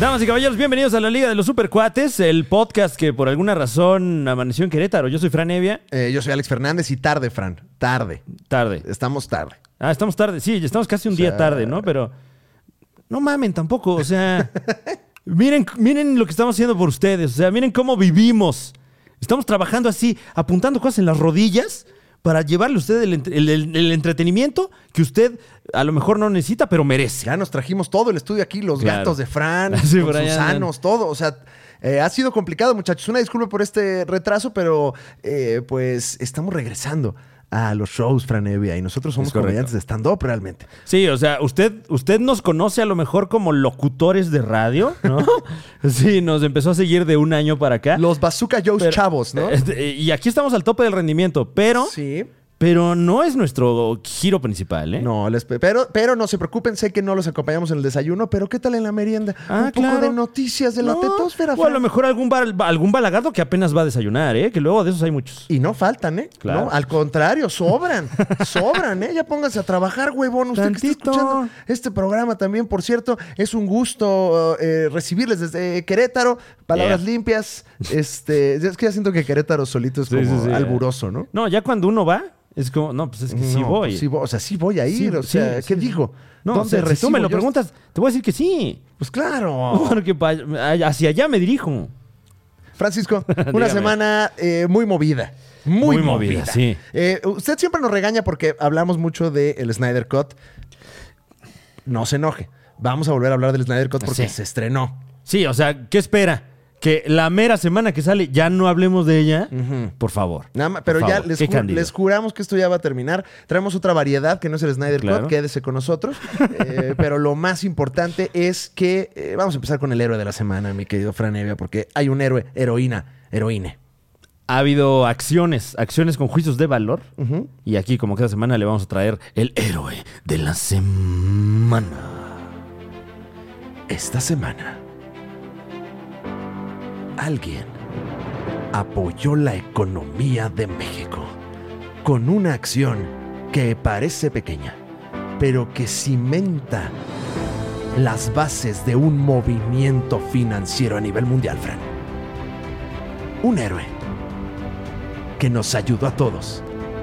Damas y caballeros, bienvenidos a la Liga de los Supercuates, el podcast que por alguna razón amaneció en Querétaro. Yo soy Fran Evia. Eh, yo soy Alex Fernández y tarde, Fran. Tarde. Tarde. Estamos tarde. Ah, estamos tarde. Sí, ya estamos casi un día tarde, ¿no? Pero no mamen tampoco. O sea, miren, miren lo que estamos haciendo por ustedes. O sea, miren cómo vivimos. Estamos trabajando así, apuntando cosas en las rodillas para llevarle a usted el, ent- el- el- el entretenimiento que usted a lo mejor no necesita, pero merece. Ya nos trajimos todo el estudio aquí, los Claro. Ah, gatos de Fran, Sí, los por allá gusanos, todo. O sea, eh, ha sido complicado, muchachos. Una disculpa por este retraso, pero eh, pues estamos regresando a los shows, Fran Evia, y nosotros somos Es correcto. comediantes de stand-up realmente. Sí, o sea, usted, usted nos conoce a lo mejor como locutores de radio, ¿no? sí, nos empezó a seguir de un año para acá. Los Bazooka Joe's Ah. Pero- chavos, ¿no? Este, Y aquí estamos al tope del rendimiento, pero, Sí. pero no es nuestro giro principal, ¿eh? No, les- pero, pero no se preocupen, sé que no los acompañamos en el desayuno, pero ¿qué tal en la merienda? Ah, Un poco claro. de noticias de la No, tetosfera, O a lo Fran. mejor algún, bal- algún balagado que apenas va a desayunar, ¿eh? Que luego de esos hay muchos. Y no faltan, ¿eh? Claro. No, al contrario, sobran. sobran, ¿eh? Ya pónganse a trabajar, huevón. Usted que está Tantito. escuchando este programa también, por cierto, es un gusto eh, recibirles desde Querétaro. Palabras Yeah. limpias. Este, es que ya siento que Querétaro solito es Sí, como sí, sí. alburoso, ¿no? No, ya cuando uno va, es como, no, pues es que sí No, voy. pues sí voy. O sea, sí voy a ir. Sí, o sea, sí, ¿qué sí, sí. digo? No, o sea, si tú me recibo lo yo? preguntas, te voy a decir que sí. Pues claro. Porque pa- hacia allá me dirijo. Francisco, una Dígame. semana eh, muy movida. Muy Muy, movida. movida, sí. Eh, usted siempre nos regaña porque hablamos mucho del Snyder Cut. No se enoje. Vamos a volver a hablar del Snyder Cut porque Sí. se estrenó. Sí, o sea, ¿qué espera? Que la mera semana que sale ya no hablemos de ella, por favor. Nada más, Por pero ya favor, les, qué ju- cándido. les juramos que esto ya va a terminar. Traemos otra variedad que no es el Snyder Claro. Cut, quédese con nosotros. Eh, pero lo más importante es que eh, vamos a empezar con el héroe de la semana, mi querido Fran Evia, porque hay un héroe, heroína, heroíne. Ha habido acciones, acciones con juicios de valor. Y aquí, como cada semana, le vamos a traer el héroe de la semana. Esta semana, alguien apoyó la economía de México con una acción que parece pequeña, pero que cimenta las bases de un movimiento financiero a nivel mundial, Fran. Un héroe que nos ayudó a todos,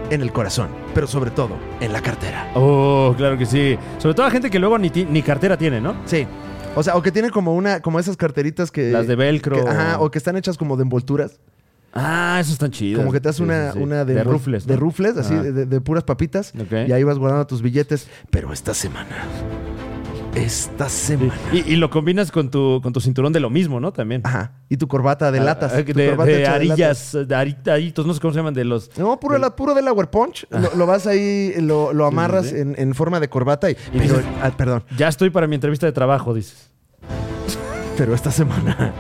en el corazón, pero sobre todo en la cartera. Oh, claro que sí. Sobre todo la gente que luego ni, ti- ni cartera tiene, ¿no? Sí. O sea, o que tiene como una, como esas carteritas que. Las de velcro. que- ajá, o que están hechas como de envolturas. Ah, eso están chido. Como que te hace una, una de, de envol- rufles. De ¿no? rufles, así, Ah. de, de puras papitas. Ok. Y ahí vas guardando tus billetes. Pero esta semana. Esta semana. Y, y lo combinas con tu, con tu cinturón de lo mismo, ¿no? También. Ajá. Y tu corbata Ah, de latas. Ah, ah, tu De, corbata de hecha de latas. arillas, de aritos, no sé cómo se llaman, de los... No, puro, la, puro Delaware Punch. Lo, lo vas ahí, lo, lo amarras sí. En, en forma de corbata. Y, pero, dices- ah, perdón. Ya estoy para mi entrevista de trabajo, dices. Pero esta semana.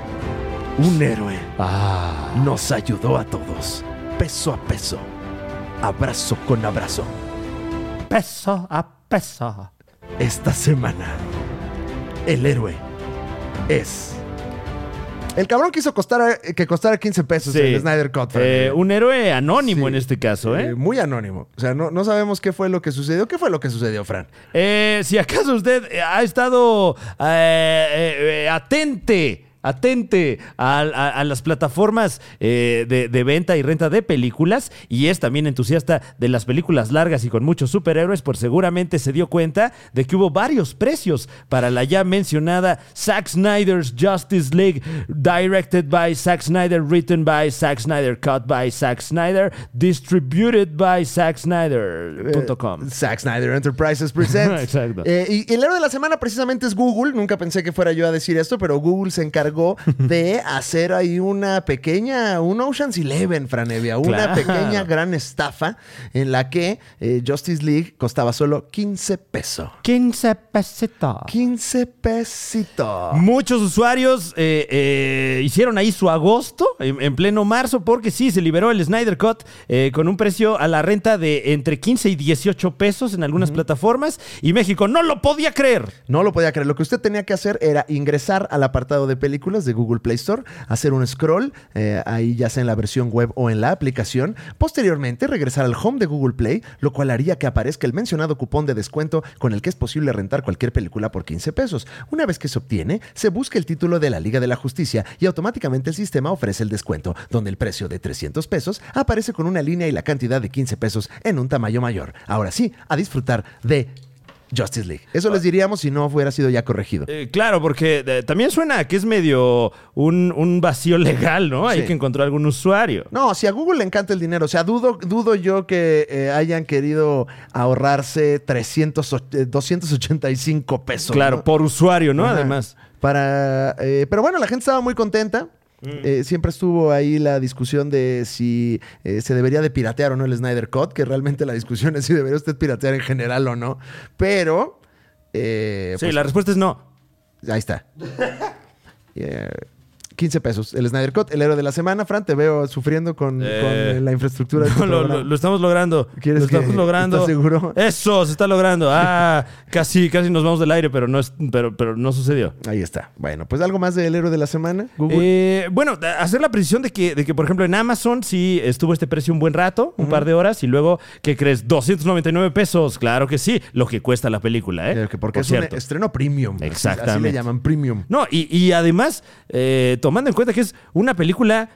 Un héroe. Ah. nos ayudó a todos, peso a peso, abrazo con abrazo. peso a peso. Esta semana, el héroe es. El cabrón quiso costar eh, que costara 15 pesos Sí. el Snyder Cut. Eh, un héroe anónimo Sí. en este caso, Eh, ¿eh? muy anónimo. O sea, no, no sabemos qué fue lo que sucedió. ¿Qué fue lo que sucedió, Fran? Eh, si acaso usted eh, ha estado eh, eh, eh, atente. Atente a, a- a las plataformas eh, de, de venta y renta de películas y es también entusiasta de las películas largas y con muchos superhéroes, pues seguramente se dio cuenta de que hubo varios precios para la ya mencionada Zack Snyder's Justice League, directed by Zack Snyder, written by Zack Snyder, cut by Zack Snyder, distributed by Zack Snyder.com. Eh, Zack Snyder Enterprises Presents. Exacto. Eh, y el héroe de la semana precisamente es Google. Nunca pensé que fuera yo a decir esto, pero Google se encargó de hacer ahí una pequeña, un Ocean's Eleven, Franevia, Claro. una pequeña gran estafa en la que eh, Justice League costaba solo 15 pesos. 15 peseta. 15 pesitos. Muchos usuarios eh, eh, hicieron ahí su agosto en, en pleno marzo porque sí, se liberó el Snyder Cut eh, con un precio a la renta de entre 15 y 18 pesos en algunas plataformas y México no lo podía creer. No lo podía creer. Lo que usted tenía que hacer era ingresar al apartado de películas de Google Play Store, hacer un scroll, eh, ahí ya sea en la versión web o en la aplicación. Posteriormente, regresar al home de Google Play, lo cual haría que aparezca el mencionado cupón de descuento con el que es posible rentar cualquier película por 15 pesos. Una vez que se obtiene, se busca el título de la Liga de la Justicia y automáticamente el sistema ofrece el descuento, donde el precio de 300 pesos aparece con una línea y la cantidad de 15 pesos en un tamaño mayor. Ahora sí, a disfrutar de Justice League. Eso Ah. les diríamos si no hubiera sido ya corregido. Eh, claro, porque eh, también suena a que es medio un, un vacío legal, ¿no? Hay Sí. que encontrar algún usuario. No, si a Google le encanta el dinero, o sea, dudo, dudo yo que eh, hayan querido ahorrarse 300, och- eh, 285 pesos. claro, ¿no? por usuario, ¿no? Ajá. Además. Para, eh, pero bueno, la gente estaba muy contenta. Eh, siempre estuvo ahí la discusión de si eh, se debería de piratear o no el Snyder Cut, que realmente la discusión es si debería usted piratear en general o no. Pero, eh, sí, la respuesta es no. pues, ahí está. Eh, 15 pesos. El Snyder Cut, el héroe de la semana. Fran, te veo sufriendo con, Eh, con, eh, la infraestructura. de tu No, lo, programa. lo- lo estamos logrando. ¿Quieres lo estamos que- logrando. ¿estás seguro? Eso, se está logrando. Ah, casi, casi nos vamos del aire, pero no, es, pero, pero no sucedió. Ahí está. Bueno, pues algo más del héroe de la semana. Google. Eh, bueno, da- hacer la precisión de que, de que, por ejemplo, en Amazon sí estuvo este precio un buen rato, un par de horas, y luego, ¿qué crees? 299 pesos, claro que sí, lo que cuesta la película, ¿eh? Eh, que porque Por es cierto. un estreno premium. Así- Así le Exactamente. llaman premium. No, y, y además, eh, tomando en cuenta que es una película.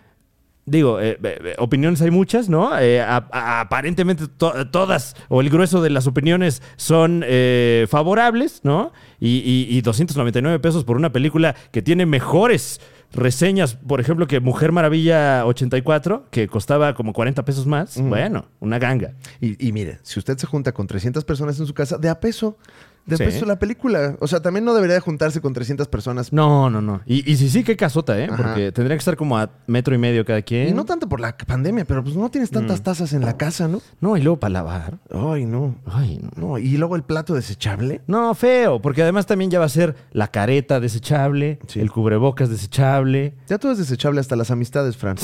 Digo, eh, eh, eh, opiniones hay muchas, ¿no? Eh, a- a- aparentemente to- todas o el grueso de las opiniones son eh, favorables, ¿no? Y, y- y 299 pesos por una película que tiene mejores reseñas, por ejemplo, que Mujer Maravilla 84, que costaba como 40 pesos más. Bueno, una ganga. Y, y mire, si usted se junta con 300 personas en su casa, de a peso. De a Sí. peso la película. O sea, también no debería de juntarse con 300 personas. No, no, no. Y, y sí, sí, qué casota, ¿eh? Ajá. Porque tendría que estar como a metro y medio cada quien. Y no tanto por la pandemia, pero pues no tienes Mm. tantas tazas en la casa, ¿no? no, y luego para lavar. Ay, no. Ay, no. No, y luego el plato desechable. No, feo, porque además también ya va a ser la careta desechable, Sí. el cubrebocas desechable. Ya todo es desechable hasta las amistades, Fran.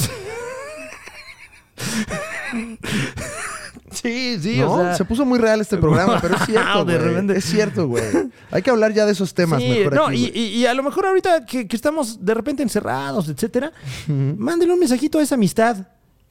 Sí, sí, ¿No? se puso muy real este programa, pero es cierto, Wow, de güey. repente. Es cierto, güey. Hay que hablar ya de esos temas mejor no, aquí, y, güey. y- y a lo mejor ahorita que, que estamos de repente encerrados, etcétera, mándele un mensajito a esa amistad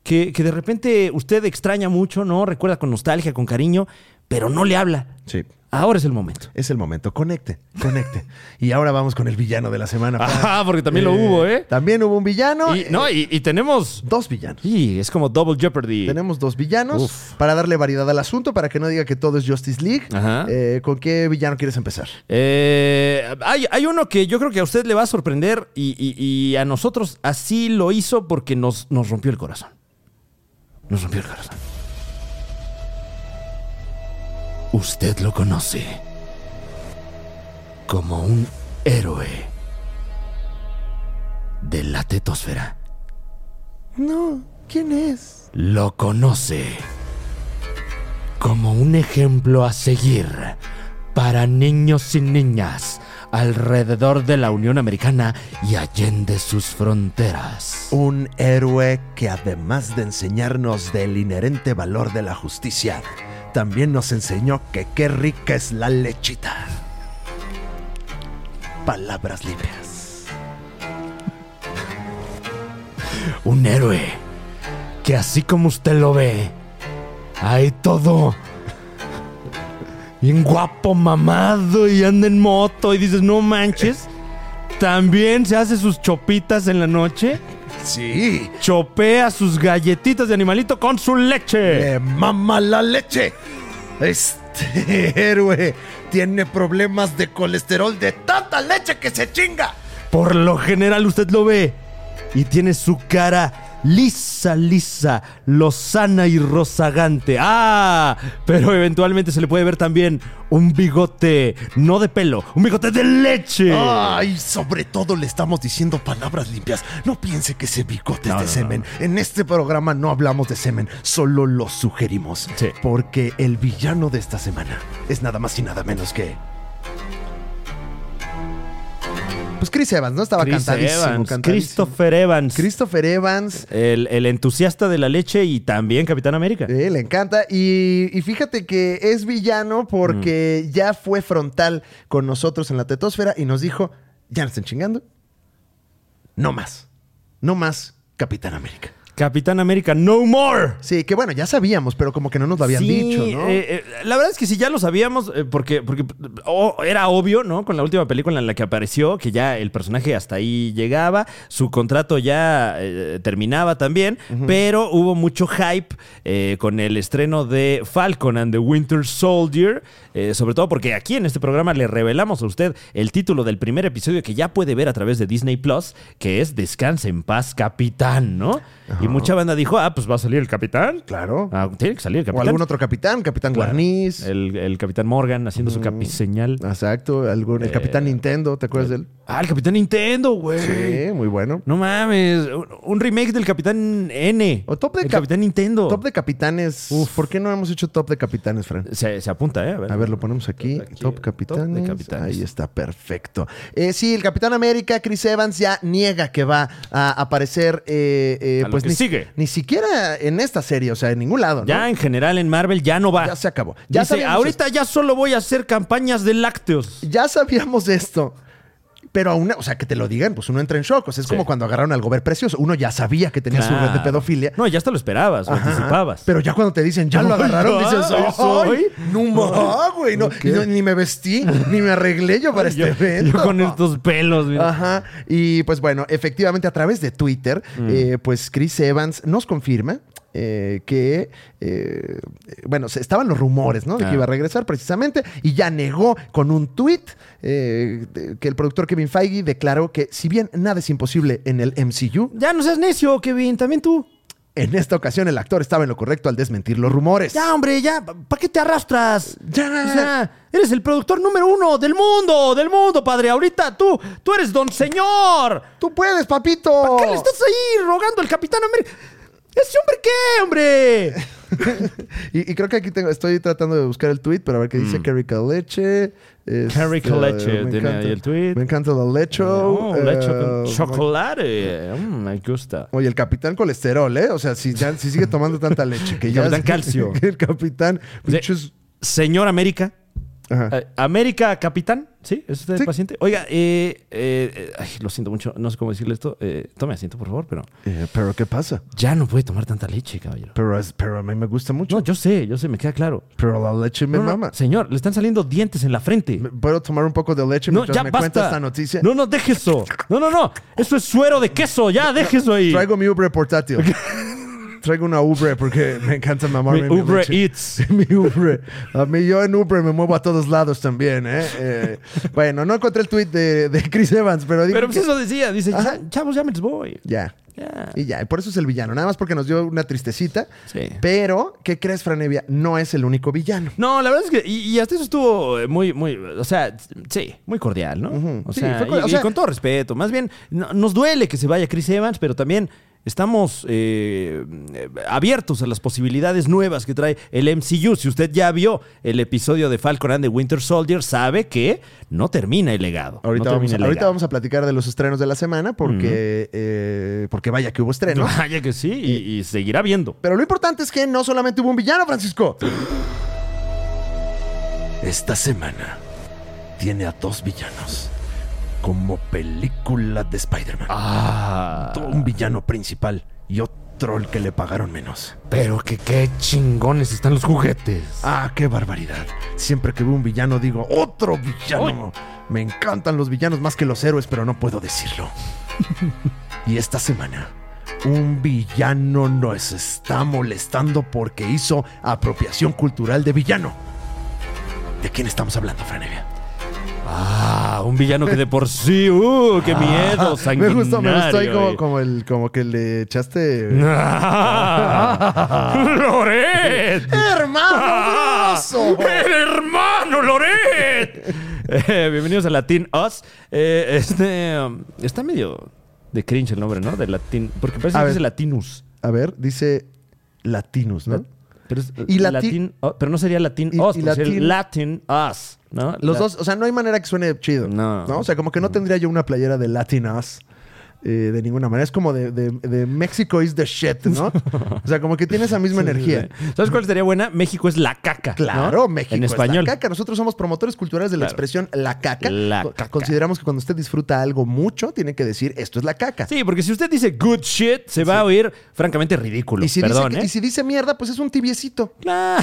que, que de repente usted extraña mucho, ¿no? Recuerda con nostalgia, con cariño, pero no le habla. Sí. Ahora es el momento. Es el momento. Conecte, conecte. y ahora vamos con el villano de la semana. Fran. Ajá, porque también lo hubo, ¿eh? También hubo un villano. Y, eh, no, y, y tenemos. Dos villanos. Y es como Double Jeopardy. Tenemos dos villanos Uf. para darle variedad al asunto, para que no diga que todo es Justice League. Ajá. Eh, ¿Con qué villano quieres empezar? Eh, hay, hay uno que yo creo que a usted le va a sorprender y, y- y a nosotros así lo hizo porque nos, nos rompió el corazón. Nos rompió el corazón. Usted lo conoce como un héroe de la tetosfera. No, ¿quién es? Lo conoce como un ejemplo a seguir para niños y niñas alrededor de la Unión Americana y allende sus fronteras. Un héroe que además de enseñarnos del inherente valor de la justicia, también nos enseñó que qué rica es la lechita. Palabras limpias. Un héroe que así como usted lo ve, hay todo. Bien guapo, mamado y anda en moto y dices, no manches. También se hace sus chopitas en la noche. Sí, chopea sus galletitas de animalito con su leche. ¡Le eh, mama la leche! Este héroe tiene problemas de colesterol de tanta leche que se chinga. Por lo general usted lo ve y tiene su cara lisa, lisa, lozana y rozagante. Ah, pero eventualmente se le puede ver también un bigote, no de pelo, un bigote de leche. Ay, sobre todo le estamos diciendo palabras limpias. No piense que ese bigote No, es de no, semen. En este programa no hablamos de semen, solo lo sugerimos. Sí. Porque el villano de esta semana es nada más y nada menos que. Pues Chris Evans, ¿no? Estaba Chris cantadísimo, Evans, cantadísimo. Christopher Evans. Christopher Evans. el, el entusiasta de la leche y también Capitán América. Eh, le encanta. Y, y fíjate que es villano Mm. porque ya fue frontal con nosotros en la tetosfera y nos dijo, ya no estén chingando. No más. No más Capitán América. Capitán América, no more. Sí, que bueno, ya sabíamos, pero como que no nos lo habían Sí, dicho, ¿no? eh, eh, la verdad es que sí, ya lo sabíamos, eh, porque, porque oh, era obvio, ¿no? Con la última película en la que apareció, que ya el personaje hasta ahí llegaba, su contrato ya eh, terminaba también, pero hubo mucho hype eh, con el estreno de Falcon and the Winter Soldier, eh, sobre todo porque aquí en este programa le revelamos a usted el título del primer episodio que ya puede ver a través de Disney Plus, que es Descanse en paz, capitán, ¿no? Y mucha banda dijo, ah, pues va a salir el capitán. claro. Ah, tiene que salir el o capitán. algún otro capitán, Capitán Claro. Eh, Guarniz. El, el Capitán Morgan haciendo su capiseñal. Exacto, algún, el eh, Capitán Nintendo, ¿te acuerdas de él? Ah, el Capitán Nintendo, güey. Sí, muy bueno. No mames. un- Un remake del Capitán N. O top de el cap- Capitán Nintendo. Top de capitanes. ¿Por qué no hemos hecho top de capitanes, Fran? se, se apunta, ¿eh? A ver. A ver, lo ponemos aquí. Aquí, Top top capitanes. de capitanes. Ahí está, perfecto. Eh, sí, el Capitán América, Chris Evans, ya niega que va a aparecer. eh, eh, A lo pues que ni, sigue. ni siquiera en esta serie, o sea, en ningún lado, ¿no? Ya en general en Marvel ya no va. Ya se acabó. Ya Dice, sabíamos ahorita ya solo voy a hacer campañas de lácteos. ya sabíamos de esto. Pero aún, o sea, que te lo digan, pues uno entra en shock. O sea, es como cuando agarraron al gober precioso. Uno ya sabía que tenía su red de Claro. pedofilia. Ah. No, ya hasta lo esperabas, lo Ajá. anticipabas. Pero ya cuando te dicen, ya Ay, lo agarraron, ya, dices, ay, ¡ay! soy". No, ma, güey. No, Ok. no, ni me vestí, ni me arreglé yo para yo, este evento. Ah. yo con estos pelos, mira. Ajá. Y pues bueno, efectivamente a través de Twitter, eh, pues Chris Evans nos confirma eh, que, eh, bueno, se- estaban los rumores, ¿no? De que Ah. iba a regresar precisamente y ya negó con un tweet que el productor Kevin Feige declaró que si bien nada es imposible en el MCU, Ya no seas necio, Kevin, también tú. en esta ocasión el actor estaba en lo correcto al desmentir los rumores. Ya, hombre, ya, ¿para qué te arrastras? Ya. O sea, eres el productor número uno del mundo, del mundo, padre. Ahorita tú, tú eres don señor. ¡Tú puedes, papito! ¿Para qué le estás ahí rogando al Capitán América? ¿Ese hombre qué, hombre? Y, y creo que aquí tengo, estoy tratando de buscar el tweet para ver qué dice Kerry Caleche. Este, Kerry Caleche me tiene encanta. ahí el tweet. Me encanta la lecho. Oh, le echo con eh, chocolate. Mm, me gusta. Oye, el capitán colesterol, ¿eh? O sea, si, ya- si sigue tomando tanta leche que El ya. capitán calcio. que el capitán. pinches- Señor América. Ajá. Eh, América Capitán, ¿sí? ¿Es usted el Sí. paciente? Oiga, eh, eh, eh, ay, lo siento mucho, no sé cómo decirle esto. Eh, tome asiento, por favor, pero Eh, pero ¿qué pasa? ya no puede tomar tanta leche, caballero. Pero, es- pero a mí me gusta mucho. No, yo sé, yo sé, me queda claro. Pero la leche me No, no, mama. Señor, le están saliendo dientes en la frente. ¿Me- ¿Puedo tomar un poco de leche No, mientras ya me cuenta basta. esta noticia? No, no, deje eso. No, no, no. Eso es suero de queso. Ya, deje eso ahí. Traigo mi Ubre portátil. Traigo una Ubre porque me encanta Mi mamarme. mi Uber leche. Eats. mi Uber. A mí yo en Uber me muevo a todos lados también, ¿eh? Eh, bueno, no encontré el tweet de, de Chris Evans, pero digo Pero que- pues eso decía. Dice, Ajá. "Ya, chavos, ya me les voy. Ya. Ya. Y ya, y por eso es el villano. Nada más porque nos dio una tristecita. Sí. Pero, ¿qué crees, Franevia? No es el único villano. No, la verdad es que. Y, y hasta eso estuvo eh, muy, muy. O sea, sí, muy cordial, ¿no? Ujú. o, Sí, sea, fue cor- y, o y sea- con todo respeto. Más bien, no- nos duele que se vaya Chris Evans, pero también estamos eh, eh, abiertos a las posibilidades nuevas que trae el MCU. Si usted ya vio el episodio de Falcon and the Winter Soldier, sabe que no termina el legado. No Ahorita, termina vamos, a, el ahorita legado. vamos a platicar de los estrenos de la semana porque, eh, porque vaya que hubo estrenos. Vaya que sí, y, y seguirá viendo. Pero lo importante es que no solamente hubo un villano, Francisco. Esta semana tiene a dos villanos como película de Spider-Man. Ah, Un villano principal y otro al que le pagaron menos. pero que qué chingones están los juguetes. Ah, qué barbaridad. Siempre que veo un villano digo, otro villano. Me encantan los villanos más que los héroes, pero no puedo decirlo. Y esta semana, un villano nos está molestando porque hizo apropiación cultural de villano. ¿De quién estamos hablando, Franevia? Ah, un villano que de por sí, uh, qué miedo, Ah, me sanguinario. eh. gustó, me gustó ahí como, güey. como el, como que le echaste. Ah, ¡Loret! ¡Hermano! grosso! ¡El hermano Loret! Eh, bienvenidos a Latin Us. Eh, este um, está medio de cringe el nombre, ¿no? De Latin. Porque parece A que ver. dice Latinus. A ver, dice Latinus, ¿no? Pero, es, Y y lati- Latin, oh, pero no sería Latin Y- Us, y pero sería Latin Us, ¿no? Los La- dos, o sea, no hay manera que suene chido. No. O sea, como que no tendría yo una playera de Latinas. eh, de ninguna manera. Es como de, de- de México is the shit, ¿no? O sea, como que tiene esa misma energía. ¿Sabes cuál sería buena? México es la caca. Claro, ¿no? México. En es español. la caca. Nosotros somos promotores culturales de la Claro. expresión la caca. La Co- caca. Consideramos que cuando usted disfruta algo mucho, tiene que decir esto es la caca. Sí, porque si usted dice good shit, se va a oír francamente ridículo. Y si, Perdón, dice, que- ¿eh? y si dice mierda, pues es un tibiecito. Ah.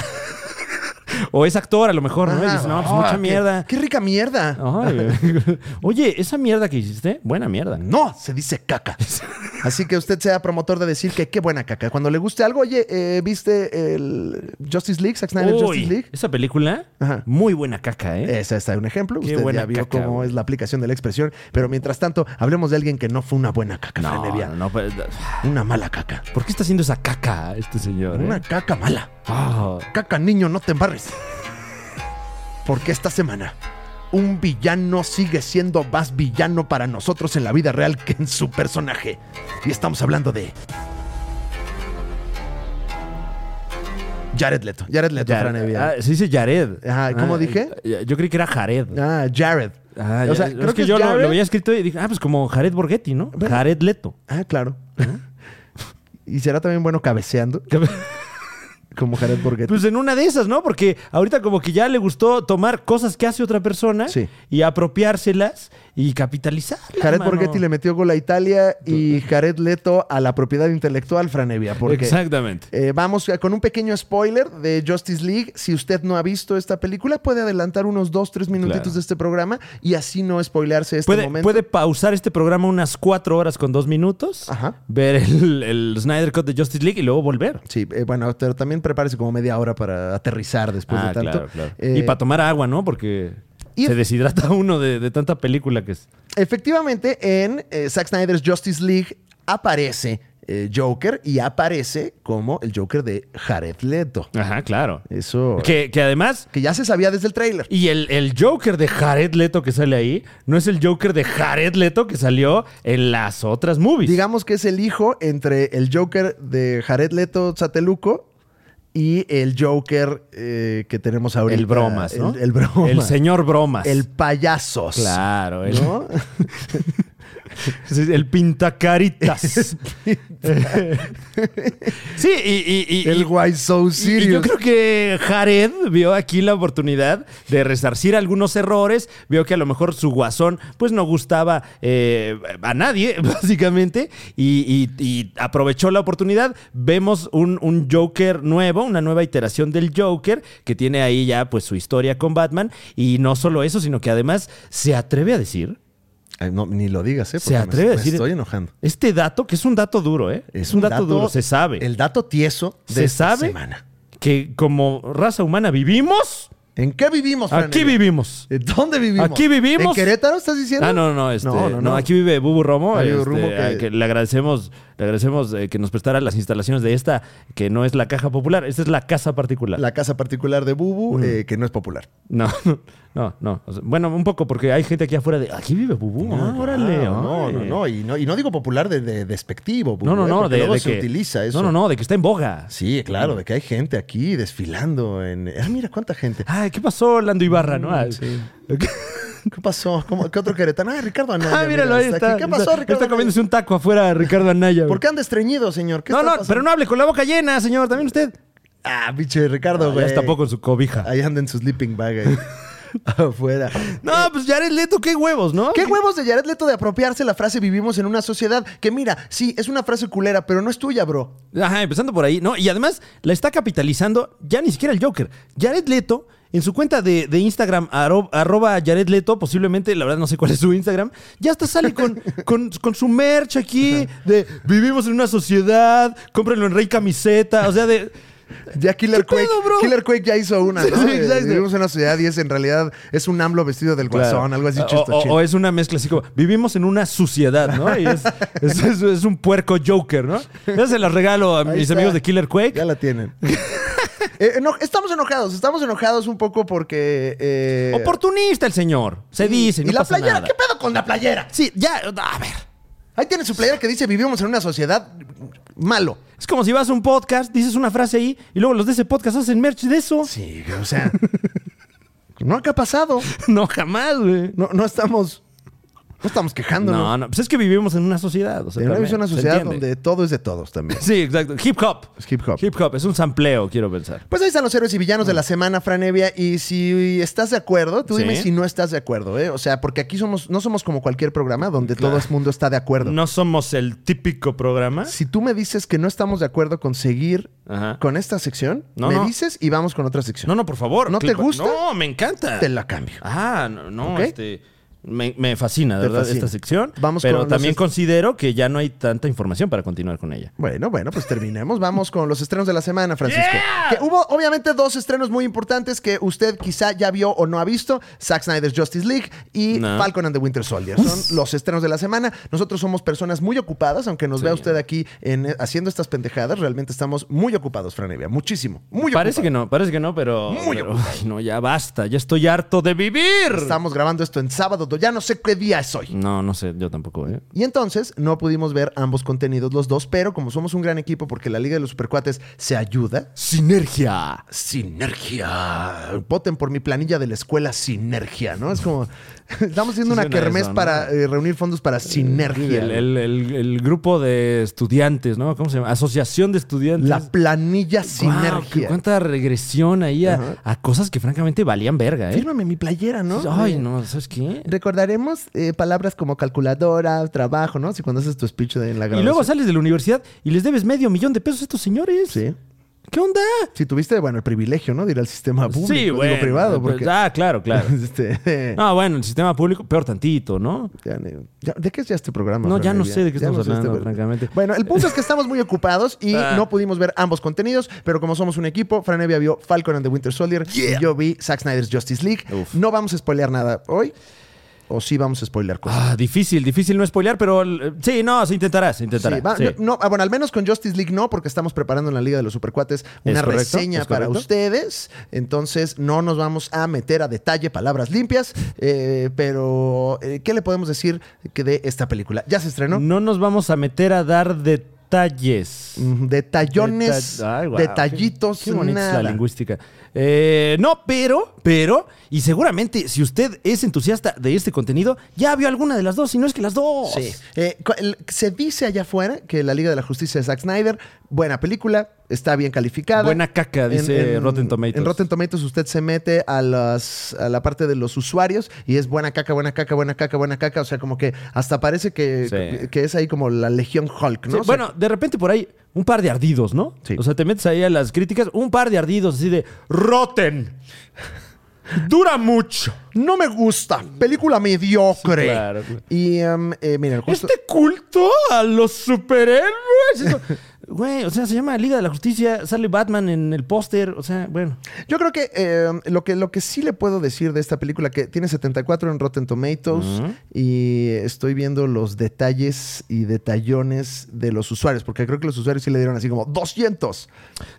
o es actor, a lo mejor, ¿no? Y Ajá. dices, no, pues Ah, mucha qué- mierda. Qué rica mierda. Ay, Oye, esa mierda que hiciste, buena mierda. No, se dice caca. Así que usted sea promotor de decir que qué buena caca. Cuando le guste algo, oye, eh, ¿viste el Justice League? Zack Snyder Uy, Justice League. esa película, Ajá. muy buena caca, ¿eh? Ese está un ejemplo. Qué Usted buena ya vio caca, cómo güey. es la aplicación de la expresión. Pero mientras tanto, hablemos de alguien que no fue una buena caca, no, Fran Evia. no, no, pero- Una mala caca. ¿Por qué está haciendo esa caca este señor? eh? Una caca mala. Ah. Caca, niño, no te embarres. Porque esta semana, un villano sigue siendo más villano para nosotros en la vida real que en su personaje. Y estamos hablando de. Jared Leto. Jared Leto, Yar- Fran Evia. Ah, se dice Jared. Ajá, ¿cómo Ah, dije? eh, Yo creí que era Jared. Ah, Jared. Ah, o sea, ya- creo es que, que yo lo, Jared- lo había escrito y dije, ah, pues como Jared Borghetti, ¿no? Bueno. Jared Leto. Ah, claro. y será también bueno cabeceando, como Jared Borghetti. Pues en una de esas, ¿no? Porque ahorita como que ya le gustó tomar cosas que hace otra persona Sí. y apropiárselas y capitalizar. Jared Borghetti le metió gol a Italia y Jared Leto a la propiedad intelectual, Franevia. Porque Exactamente. Eh, vamos a- con un pequeño spoiler de Justice League. Si usted no ha visto esta película, puede adelantar unos dos, tres minutitos Claro. de este programa y así no spoilearse este Puede, momento. puede pausar este programa unas cuatro horas con dos minutos, Ajá. ver el, el Snyder Cut de Justice League y luego volver. Sí, eh, bueno, pero también prepárese como media hora para aterrizar después de Ah, tanto. claro, claro. Eh, y para tomar agua, ¿no? Porque y- se deshidrata uno de, de tanta película que es. Efectivamente, en eh, Zack Snyder's Justice League aparece eh, Joker y aparece como el Joker de Jared Leto. Ajá, claro. Eso que, Que, que además, ya se sabía desde el tráiler. y el, el Joker de Jared Leto que sale ahí, no es el Joker de Jared Leto que salió en las otras movies. Digamos que es el hijo entre el Joker de Jared Leto Sateluco y el Joker eh, que tenemos ahorita. el bromas, ¿no? El, el bromas. El señor bromas. El payasos. Claro, el, ¿No? el pintacaritas. sí, y, y- y- el y- Why So y- y yo Serious. creo que Jared vio aquí la oportunidad de resarcir algunos errores, vio que a lo mejor su guasón pues no gustaba eh, a nadie, básicamente, y, y- y aprovechó la oportunidad. Vemos un, un Joker nuevo, una nueva iteración del Joker, que tiene ahí ya pues su historia con Batman, y no solo eso, sino que además se atreve a decir, Ay, no, ni lo digas, ¿eh? se porque me- atreve a me decir... estoy enojando. Este dato, que es un dato duro, ¿eh? Es, un, dato, duro, se sabe. El dato tieso de Se esta sabe. semana. Que como raza humana vivimos... ¿En qué vivimos, Fran Aquí Evia? vivimos. ¿En ¿Dónde vivimos? Aquí vivimos. ¿En Querétaro estás diciendo? Ah, no, no, este, no, Aquí vive Bubu Romo. Ah, Bubu este, Romo que- a que le agradecemos, le agradecemos eh, que nos prestara las instalaciones de esta, que no es la caja popular, esta es la casa particular. La casa particular de Bubu, Mm. eh, que no es popular. No, no, no. O sea, bueno, un poco, porque hay gente aquí afuera de. Aquí vive Bubu. ah, órale. Ah, no, órale". no, no. Y no, y no digo popular de, de despectivo, Bubu, No, no, eh, no. porque De, luego de se que, utiliza eso. No, no, no, de que está en boga. Sí, claro, de que hay gente aquí desfilando en... Ah, mira cuánta gente. Ay, ¿qué pasó, Lando Ibarra? ¿no? Ah, ¿Qué pasó? ¿Cómo- ¿Qué otro queretano? Ah, Ricardo Anaya. Ah, mira, míralo, ahí está. aquí. ¿Qué pasó, Está- Ricardo Está Anaya? comiéndose un taco afuera, Ricardo Anaya. ¿Por qué anda estreñido, señor? ¿Qué No, está no, pasando? pero no hable con la boca llena, señor. También usted. Ah, pinche Ricardo, ya güey. está poco en su cobija. Ahí anda en su sleeping bag ahí. afuera. No, pues Jared Leto, qué huevos, ¿no? ¿Qué huevos de Jared Leto de apropiarse la frase vivimos en una sociedad? Que mira, sí, es una frase culera, pero no es tuya, bro. Ajá, empezando por ahí, ¿no? Y además la está capitalizando ya ni siquiera el Joker. Jared Leto, en su cuenta de, de Instagram, aro- arroba Jared Leto, posiblemente, la verdad no sé cuál es su Instagram, ya hasta sale con, con, con su merch aquí de vivimos en una sociedad, cómprenlo en Rey Camiseta, o sea, de... Ya Killer ¿Qué pedo, Quake. bro? Killer Quake ya hizo una, Sí, ¿no? sí, Eh, exacto. Vivimos en una sociedad y es en realidad es un AMLO vestido del guasón, algo así O- chisto, o, chido. o es una mezcla así como, vivimos en una suciedad, ¿no? Y es, es- es- es un puerco Joker, ¿no? Ya se las regalo a Ahí mis está. amigos de Killer Quake. Ya la tienen. Eh, eno- estamos enojados, estamos enojados un poco porque. eh, Oportunista el señor, se dice, ¿Y no la pasa playera? nada. ¿Qué pedo con la playera? Sí, ya, a ver. Ahí tiene su playera que dice: Vivimos en una sociedad malo. Es como si vas a un podcast, dices una frase ahí y luego los de ese podcast hacen merch de eso. Sí, o sea. no, ¿qué ha pasado? No, jamás, güey. No, no estamos No estamos quejándonos. No, no, pues es que vivimos en una sociedad. o sea, Tenemos también, una ¿se sociedad entiende? donde todo es de todos también. Sí, exacto. Hip hop. Es hip hop. Hip hop, es un sampleo, quiero pensar. Pues ahí están los héroes y villanos de la semana, Franevia. Y si estás de acuerdo, tú dime Sí. si no estás de acuerdo, ¿eh? O sea, porque aquí somos, no somos como cualquier programa donde todo el mundo está de acuerdo. No somos el típico programa. Si tú me dices que no estamos de acuerdo con seguir Ajá. con esta sección, No, me no. dices y vamos con otra sección. No, no, por favor. ¿No te Clip- gusta? No, me encanta. Te la cambio. Ah, no, no, ¿Ok? este. Me, me fascina, de Te verdad, fascina. esta sección. Vamos pero con los también est- considero que ya no hay tanta información para continuar con ella. Bueno, bueno, pues terminemos. Vamos con los estrenos de la semana, Francisco. Que hubo, obviamente, dos estrenos muy importantes que usted quizá ya vio o no ha visto: Zack Snyder's Justice League y No. Falcon and the Winter Soldier. Son los estrenos de la semana. Nosotros somos personas muy ocupadas, aunque nos vea usted aquí en- eh, haciendo estas pendejadas. Realmente estamos muy ocupados, Franevia. Muchísimo. Muy parece ocupados. que no, parece que no, pero. Muy pero- ocupado. Ay, no, ya basta, ya estoy harto de vivir. Estamos grabando esto en sábado. Ya no sé qué día es hoy. No, no sé, yo tampoco, ¿eh? Y entonces no pudimos ver ambos contenidos los dos, pero como somos un gran equipo porque la Liga de los Supercuates se ayuda, Sinergia. sinergia. Voten por mi planilla de la escuela Sinergia, ¿no? Es como estamos haciendo Sí una suena kermés eso, ¿no? para eh, reunir fondos para Sinergia. El, el- el- el grupo de estudiantes, ¿no? ¿Cómo se llama? Asociación de estudiantes. la planilla Guau, Sinergia. qué- cuánta regresión ahí a, a cosas que francamente valían verga, ¿eh? Fírmame mi playera, ¿no? Ay, no, ¿sabes qué? Recordaremos eh, palabras como calculadora, trabajo, ¿no? Si cuando haces tu speech de- en la Y grabación. luego sales de la universidad y les debes medio millón de pesos a estos señores. Sí. ¿Qué onda? Si tuviste, bueno, el privilegio, ¿no? De ir al sistema público, digo, privado, pues, porque... Ah, claro, claro. este, No, bueno, el sistema público, peor tantito, ¿no? Ya ni- ya- ¿De qué es ya este programa? No, ya Fran no Evia? sé de qué Ya estamos sé este hablando, programa. francamente. Bueno, el punto es que estamos muy ocupados y Ah. no pudimos ver ambos contenidos, pero como somos un equipo, Fran Evia vio Falcon and the Winter Soldier y yo vi Zack Snyder's Justice League. Uf. No vamos a spoilear nada hoy, o sí vamos a spoilear cosas. Ah, difícil, difícil no spoilear, pero eh, sí, no, se intentará, se Sí, intentará. va- sí. no, ah, bueno, al menos con Justice League no, porque estamos preparando en la Liga de los Supercuates una correcto, reseña es para correcto. ustedes. Entonces, no nos vamos a meter a detalle palabras limpias, eh, pero eh, ¿qué le podemos decir que de esta película? Ya se estrenó. No nos vamos a meter a dar detalles. Mm, Detallones, Deta- Ay, guau, detallitos, Qué, qué bonita es nada. la lingüística. Eh, no, pero, pero, y seguramente si usted es entusiasta de este contenido, ya vio alguna de las dos, si no es que las dos. Sí. Eh, cu- el- se dice allá afuera que la Liga de la Justicia de Zack Snyder, buena película, está bien calificada. Buena caca, dice Rotten Tomatoes. En Rotten Tomatoes usted se mete a, las, a la parte de los usuarios y es buena caca, buena caca, buena caca, buena caca. O sea, como que hasta parece que, Sí. que es ahí como la Legión Hulk, ¿no? Sí, O sea, bueno, de repente por ahí un par de ardidos, ¿no? Sí. O sea, te metes ahí a las críticas, un par de ardidos así de roten. Dura mucho. no me gusta. Película mediocre. Sí, claro, claro. Y em, eh, miren, justo... Este culto a los superhéroes. Eso- Güey, o sea, se llama Liga de la Justicia, sale Batman en el póster, o sea, bueno. Yo creo que, eh, lo que lo que sí le puedo decir de esta película, que tiene 74 en Rotten Tomatoes y estoy viendo los detalles y detallones de los usuarios, porque creo que los usuarios sí le dieron así como 200.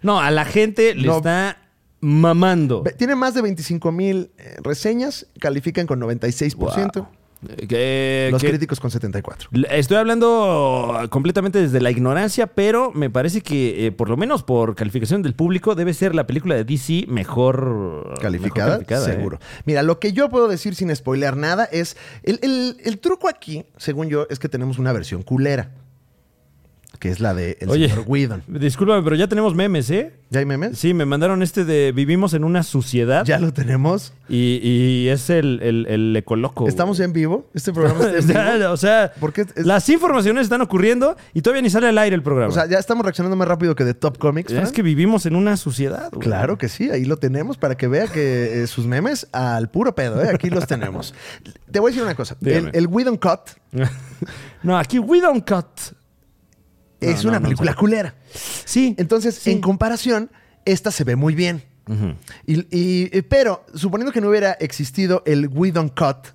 No, a la gente le No. está mamando. Ve- Tiene más de 25 mil eh, reseñas, califican con 96%, Eh, que- los que- críticos con 74. Estoy hablando completamente desde la ignorancia, pero me parece que, eh, por lo menos por calificación del público, debe ser la película de DC mejor Calificada, mejor ¿eh? seguro. Mira, lo que yo puedo decir sin spoilear nada es, el, el- el truco aquí, según yo, es que tenemos una versión culera, que es la de el Oye. señor Whedon. Discúlpame, pero ya tenemos memes, ¿eh? ¿Ya hay memes? Sí, me mandaron este de Vivimos en una suciedad. Ya lo tenemos. Y, y es el, el, el ecoloco. Estamos en vivo. Este programa está en Ya, vivo. o sea, Porque es- las informaciones están ocurriendo y todavía ni sale al aire el programa. O sea, ya estamos reaccionando más rápido que de Top Comics. Fran. es que vivimos en una suciedad. güey. Claro que sí, ahí lo tenemos para que vea que eh, sus memes al puro pedo, ¿eh? aquí los tenemos. Te voy a decir una cosa. El, Dígame. el Whedon Cut no, aquí We Don't Cut. es no, una no, película culera. Sí. Entonces, Sí. en comparación, esta se ve muy bien. Y- y- eh, pero, suponiendo que no hubiera existido el Whedon Cut,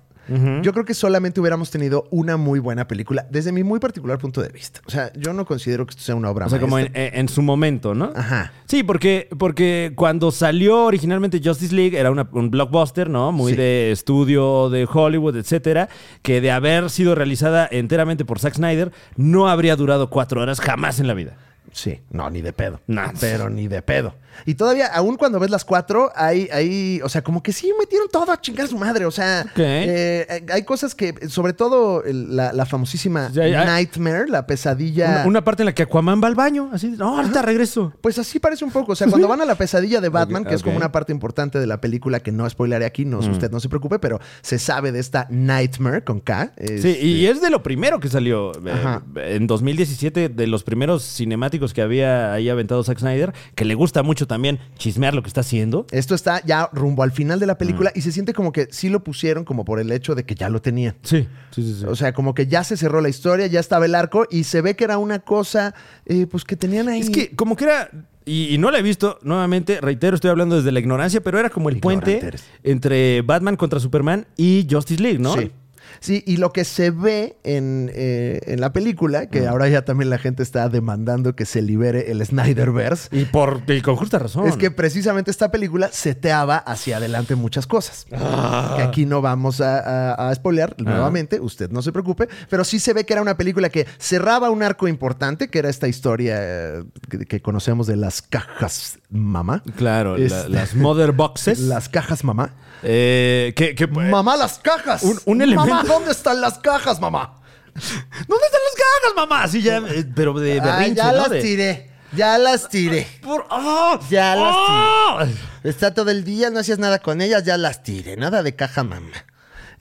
yo creo que solamente hubiéramos tenido una muy buena película, desde mi muy particular punto de vista. O sea, yo no considero que esto sea una obra O sea, como en, maestra. en- en su momento, ¿no? este Ajá. Sí, porque, porque cuando salió originalmente Justice League era una- un blockbuster, ¿no? Muy Sí. de estudio de Hollywood, etcétera, que de haber sido realizada enteramente por Zack Snyder no habría durado cuatro horas jamás en la vida. Sí, no, ni de pedo. No. Pero ni de pedo. Y todavía, aún cuando ves las cuatro, hay, hay, o sea, como que sí metieron todo a chingar a su madre. O sea, Ok. eh, hay cosas que, sobre todo el- la, la famosísima Sí, hay- hay- Nightmare, la pesadilla. Una, una parte en la que Aquaman va al baño, así, no, ahorita regreso. Pues así parece un poco. O sea, cuando van a la pesadilla de Batman, Ok, que es como ok. Mm. una parte importante de la película que no spoileré aquí, no, usted no se preocupe, pero se sabe de esta Nightmare con K. es- Sí, y es de lo primero que salió. eh, Ajá. en 2017, de los primeros cinemáticos que había ahí aventado Zack Snyder, que le gusta mucho también chismear lo que está haciendo. Esto está ya rumbo al final de la película Mm. y se siente como que sí lo pusieron como por el hecho de que ya lo tenía. Sí, sí, sí. O sea, como que ya se cerró la historia, ya estaba el arco y se ve que era una cosa, eh, pues que tenían ahí. Es que como que era, y, y no la he visto, nuevamente, reitero, estoy hablando desde la ignorancia, pero era como el puente Ignorante eres. entre Batman contra Superman y Justice League, ¿no? Sí. Sí, y lo que se ve en, eh, en la película, que ahora ya también la gente está demandando que se libere el Snyderverse, Y, por, y con justa razón. es que precisamente esta película seteaba hacia adelante muchas cosas. Ah. Que aquí no vamos a, a- a spoilear nuevamente, usted no se preocupe, pero sí se ve que era una película que cerraba un arco importante, que era esta historia eh, que, que conocemos de las cajas mamá. Claro, la- Este- las mother boxes. Las cajas mamá. eh, que, que- mamá, las cajas. un- un Mamá, elemento- ¿dónde están las cajas, mamá? ¿Dónde están las ganas, mamá? Así ya, eh, pero de berrinche, Ah, ya ¿no? las De- tiré. Ya las tiré. Por- ¡Ah! Ya las ¡Ah! Está todo el día, no hacías nada con ellas, ya las tiré. Nada de caja mamá.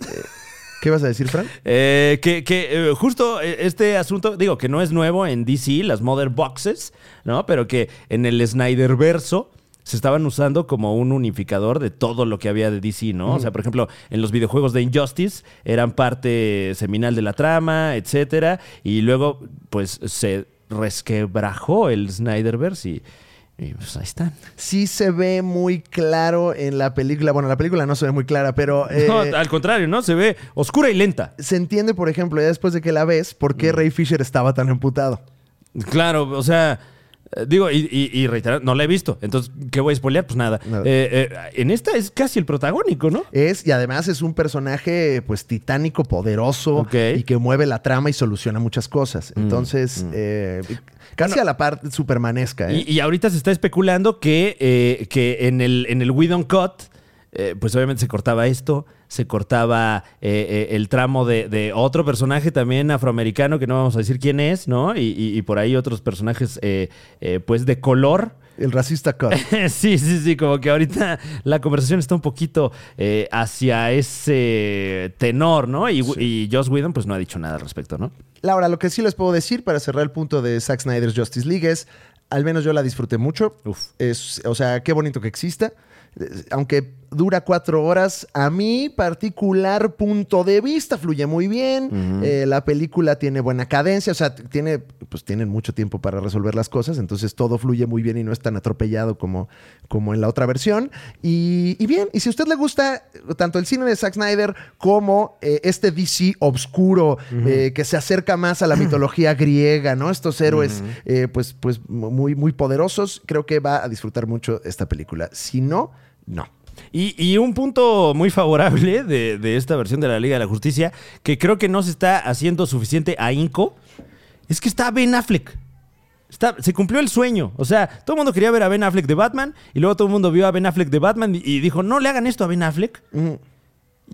Eh, ¿Qué vas a decir, Fran? Eh, que que, eh, justo eh, este asunto, digo, que no es nuevo en DC, las Mother Boxes, ¿no? Pero que en el Snyder verso se estaban usando como un unificador de todo lo que había de DC, ¿no? O sea, por ejemplo, en los videojuegos de Injustice eran parte seminal de la trama, etcétera, y luego, pues, se resquebrajó el Snyderverse y, y pues ahí están. sí se ve muy claro en la película. Bueno, la película no se ve muy clara, pero eh, No, al contrario, ¿no? Se ve oscura y lenta. se entiende, por ejemplo, ya después de que la ves, por Mm. qué Ray Fisher estaba tan emputado. Claro, o sea, eh, digo, y, y- y reiterar, no la he visto. Entonces, ¿qué voy a spoilear? Pues nada. Nada. Eh, eh, en esta es casi el protagónico, ¿no? Es, y además es un personaje, pues, titánico, poderoso Ok. Mm, y que mueve la trama y soluciona muchas cosas. Entonces, eh, casi a la par supermanesca. ¿eh? Y, y ahorita se está especulando que, eh, que en el, en el We Don't Cut, eh, pues obviamente se cortaba esto, se cortaba eh, eh, el tramo de, de otro personaje también afroamericano, que no vamos a decir quién es, ¿no? Y, y- y por ahí otros personajes, eh, eh, pues de color. El racista cut. Sí, sí, sí, como que ahorita la conversación está un poquito eh, hacia ese tenor, ¿no? Y, y Joss Whedon pues no ha dicho nada al respecto, ¿no? Laura, lo que sí les puedo decir para cerrar el punto de Zack Snyder's Justice League es, al menos yo la disfruté mucho. Uf. Es, o sea, qué bonito que exista. Eh, Aunque dura cuatro horas, a mi particular punto de vista fluye muy bien. Eh, la película tiene buena cadencia, o sea, t- tiene, pues tienen mucho tiempo para resolver las cosas, entonces todo fluye muy bien y no es tan atropellado como, como en la otra versión. Y, y bien, y si a usted le gusta eh, tanto el cine de Zack Snyder como eh, este DC obscuro eh, que se acerca más a la mitología griega, ¿no? Estos héroes, eh, pues, pues muy, muy poderosos, creo que va a disfrutar mucho esta película. Si no, no. Y, y un punto muy favorable de, de esta versión de la Liga de la Justicia, que creo que no se está haciendo suficiente a Inco, es que está Ben Affleck. Está- se cumplió el sueño. O sea, todo el mundo quería ver a Ben Affleck de Batman y luego todo el mundo vio a Ben Affleck de Batman y, y dijo, no le hagan esto a Ben Affleck.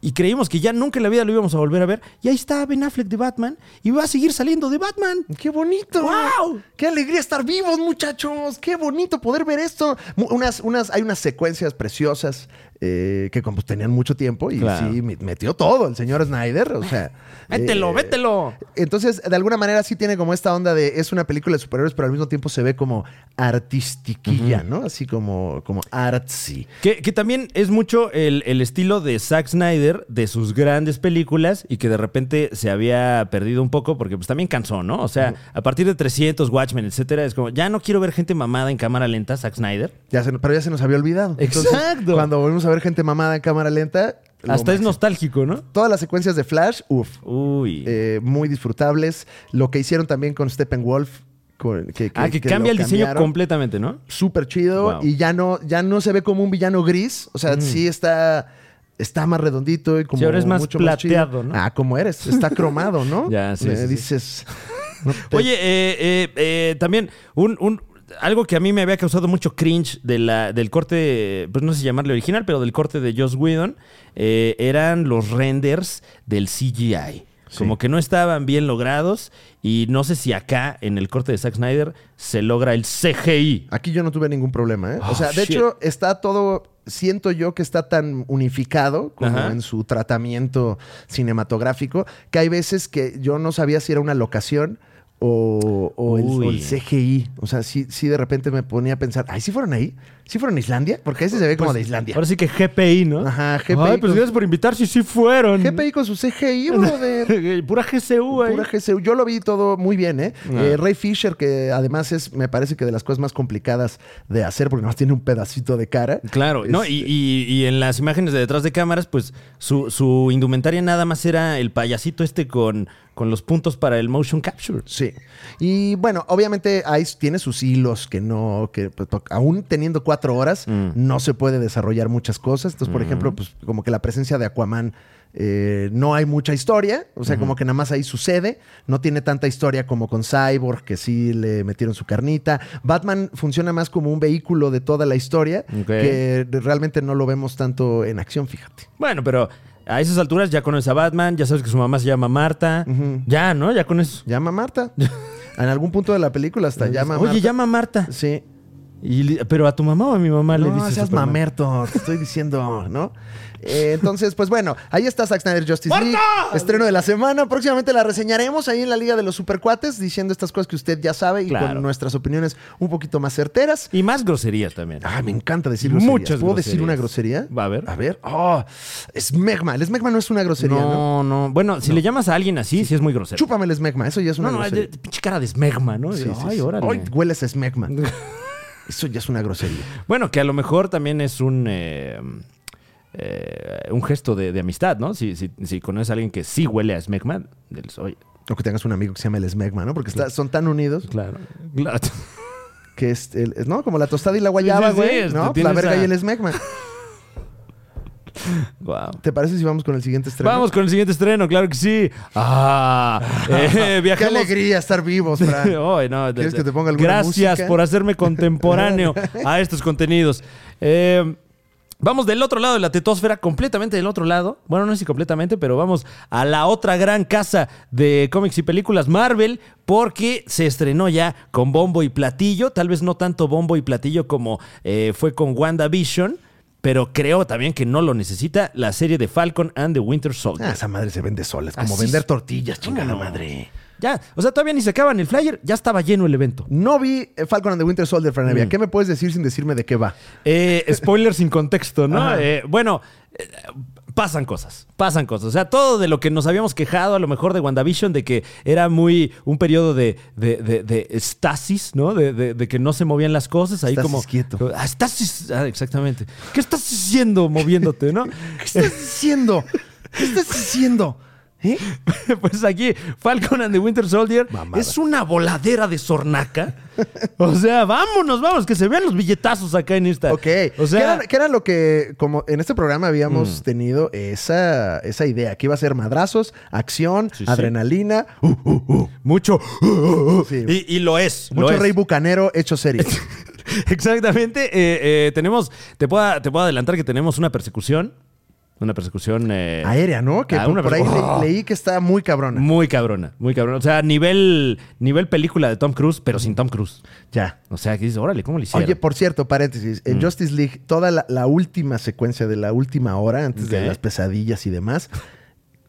Y creímos que ya nunca en la vida lo íbamos a volver a ver. Y ahí está Ben Affleck de Batman y va a seguir saliendo de Batman. ¡Qué bonito! ¡Guau! ¡Qué alegría estar vivos, muchachos! ¡Qué bonito poder ver esto! Mu- Unas, unas, hay unas secuencias preciosas eh, que como tenían mucho tiempo y Claro. sí, me- metió todo el señor Snyder. O sea, Mételo, eh, mételo. Entonces, de alguna manera sí tiene como esta onda de es una película de superhéroes, pero al mismo tiempo se ve como artistiquilla, ¿no? Así como, como artsy. Que, que también es mucho el, el estilo de Zack Snyder, de sus grandes películas, y que de repente se había perdido un poco porque pues también cansó, ¿no? O sea, a partir de 300, Watchmen, etcétera, es como, ya no quiero ver gente mamada en cámara lenta, Zack Snyder. Ya se- pero ya se nos había olvidado. Entonces, Exacto. cuando volvimos a ver gente mamada en cámara lenta, lo Hasta es máximo. nostálgico, ¿no? todas las secuencias de Flash, uff, Uy. eh, muy disfrutables. Lo que hicieron también con Steppenwolf. con- que, ah, que, que cambia lo el diseño cambiaron. completamente, ¿no? Súper chido. Wow. Mm. Y ya no, ya no se ve como un villano gris. O sea, sí está. Está más redondito y como Sí, ahora es más mucho más chido. plateado, ¿no? Ah, como eres. Está cromado, ¿no? Ya, sí, Me sí, sí. dices. No, te- Oye, eh, eh, eh, también un, un- algo que a mí me había causado mucho cringe de la, del corte, pues no sé si llamarle original, pero del corte de Joss Whedon, eh, eran los renders del CGI. Como que no estaban bien logrados y no sé si acá, en el corte de Zack Snyder, se logra el CGI. Aquí yo no tuve ningún problema, ¿eh? Oh, o sea, de shit. hecho, está todo. Siento yo que está tan unificado como Ajá. en su tratamiento cinematográfico que hay veces que yo no sabía si era una locación o, o el, o el Uy. CGI. O sea, sí, sí de repente me ponía a pensar, ¿ay, sí fueron ahí? ¿Sí fueron a Islandia? Porque ese se ve como Pues, de Islandia. Ahora sí que GPI, ¿no? Ajá, GPI. Ay, pues con, gracias por invitar, si sí fueron. GPI con su CGI, brother. Pura GCU, ahí. Pura GCU. Yo lo vi todo muy bien, ¿eh? Ah. Eh, Ray Fisher, que además es, me parece que de las cosas más complicadas de hacer, porque nomás tiene un pedacito de cara. Claro, no, eh, y, y- y en las imágenes de detrás de cámaras, pues su, su indumentaria nada más era el payasito este con, con los puntos para el motion capture. Sí. Y bueno, obviamente ahí tiene sus hilos que no, que pues, to- aún teniendo cuatro horas, Mm. no se puede desarrollar muchas cosas. Entonces, por ejemplo, pues como que la presencia de Aquaman. eh, no hay mucha historia, o sea, como que nada más ahí sucede, no tiene tanta historia como con Cyborg, que sí le metieron su carnita. Batman funciona más como un vehículo de toda la historia, Ok. que realmente no lo vemos tanto en acción, fíjate. Bueno, pero a esas alturas ya conoces a Batman, ya sabes que su mamá se llama Marta. Ya, ¿no? Ya con eso. Llama a Marta. en algún punto de la película hasta llama a Pues, Oye, Marta. llama a Marta. Sí. Y li- pero a tu mamá o a mi mamá le no dices. seas Superman. mamerto, te estoy diciendo, ¿no? Eh, entonces, pues bueno, ahí está Zack Snyder Justice League. Estreno de la semana. Próximamente la reseñaremos ahí en la Liga de los Supercuates, diciendo estas cosas que usted ya sabe y Claro. con nuestras opiniones un poquito más certeras. Y más groserías también. Ah, me encanta decir groserías. Muchas ¿Puedo decir groserías. una grosería? Va a ver. A ver. Oh, esmegma. El esmegma no es una grosería, ¿no? no, no, Bueno, si le llamas a alguien así, sí, es muy grosero. Chúpame el esmegma. Eso ya es una no, no, grosería. de- de pinche cara de smegma, ¿no? Sí, sí, Ay, sí. órale. Ay, hueles a esmegma. Eso ya es una grosería. Bueno, que a lo mejor también es un, eh, eh, un gesto de, de amistad, ¿no? Si, si, si conoces a alguien que sí huele a Smegma, diles, oye, O que tengas un amigo que se llame el esmegma, ¿no? Porque está- son tan unidos. claro. que es, el- es- ¿no? Como la tostada y la guayaba, Sí, sí, sí, güey, este, ¿no? La tienes verga a- y el esmegma. Wow. ¿Te parece si vamos con el siguiente estreno? Vamos con el siguiente estreno, claro que sí. Ah, eh, ¡Qué viajamos. alegría estar vivos, Fran! Ay, no, de- ¿Quieres de- que te ponga alguna Gracias música? por hacerme contemporáneo a estos contenidos. Eh, vamos del otro lado de la tetósfera, completamente del otro lado. Bueno, no sé si completamente, pero vamos a la otra gran casa de cómics y películas, Marvel, porque se estrenó ya con bombo y platillo. Tal vez no tanto bombo y platillo como eh, fue con WandaVision. Pero creo también que no lo necesita la serie de Falcon and the Winter Soldier. Ah, esa madre se vende sola. Es como Así vender es. tortillas, chingada madre. Ya, o sea, todavía ni se acaban el flyer, ya estaba lleno el evento. No vi eh, Falcon and the Winter Soldier, Fran Mm. Evia. ¿Qué me puedes decir sin decirme de qué va? Eh, spoiler sin contexto, ¿no? Ajá. Eh, bueno, eh, pasan cosas, pasan cosas. O sea, todo de lo que nos habíamos quejado, a lo mejor de WandaVision, de que era muy un periodo de, de, de- de estasis, ¿no? De, de- de que no se movían las cosas. Ahí Estasis como. quieto. Ah, estasis- ah, exactamente. ¿Qué estás haciendo moviéndote, no? ¿Qué estás diciendo? ¿Qué estás diciendo? ¿Eh? pues aquí, Falcon and the Winter Soldier Mamada. es una voladera de sornaca. O sea, vámonos, vamos, que se vean los billetazos acá en esta. Ok. O sea, Mm. ¿Qué, era, qué era lo que, como en este programa habíamos tenido esa, esa idea? Que iba a ser madrazos, acción, Sí, sí. adrenalina, uh, uh, uh. mucho. Sí. Y, y lo es. lo mucho es. rey bucanero hecho serie. Exactamente. eh, eh, tenemos, te puedo, te puedo adelantar que tenemos una persecución. Una persecución. eh, aérea, ¿no? Que Ah, por, una por ahí persona- Mm, le- ¡Oh! leí que está muy cabrona. Muy cabrona, muy cabrona. O sea, nivel, nivel película de Tom Cruise, pero sin Tom Cruise. Ya. O sea, que dices, órale, ¿cómo le hicieron? Oye, por cierto, paréntesis, en Mm. Justice League, toda la, la última secuencia de la última hora, antes Ok. de las pesadillas y demás,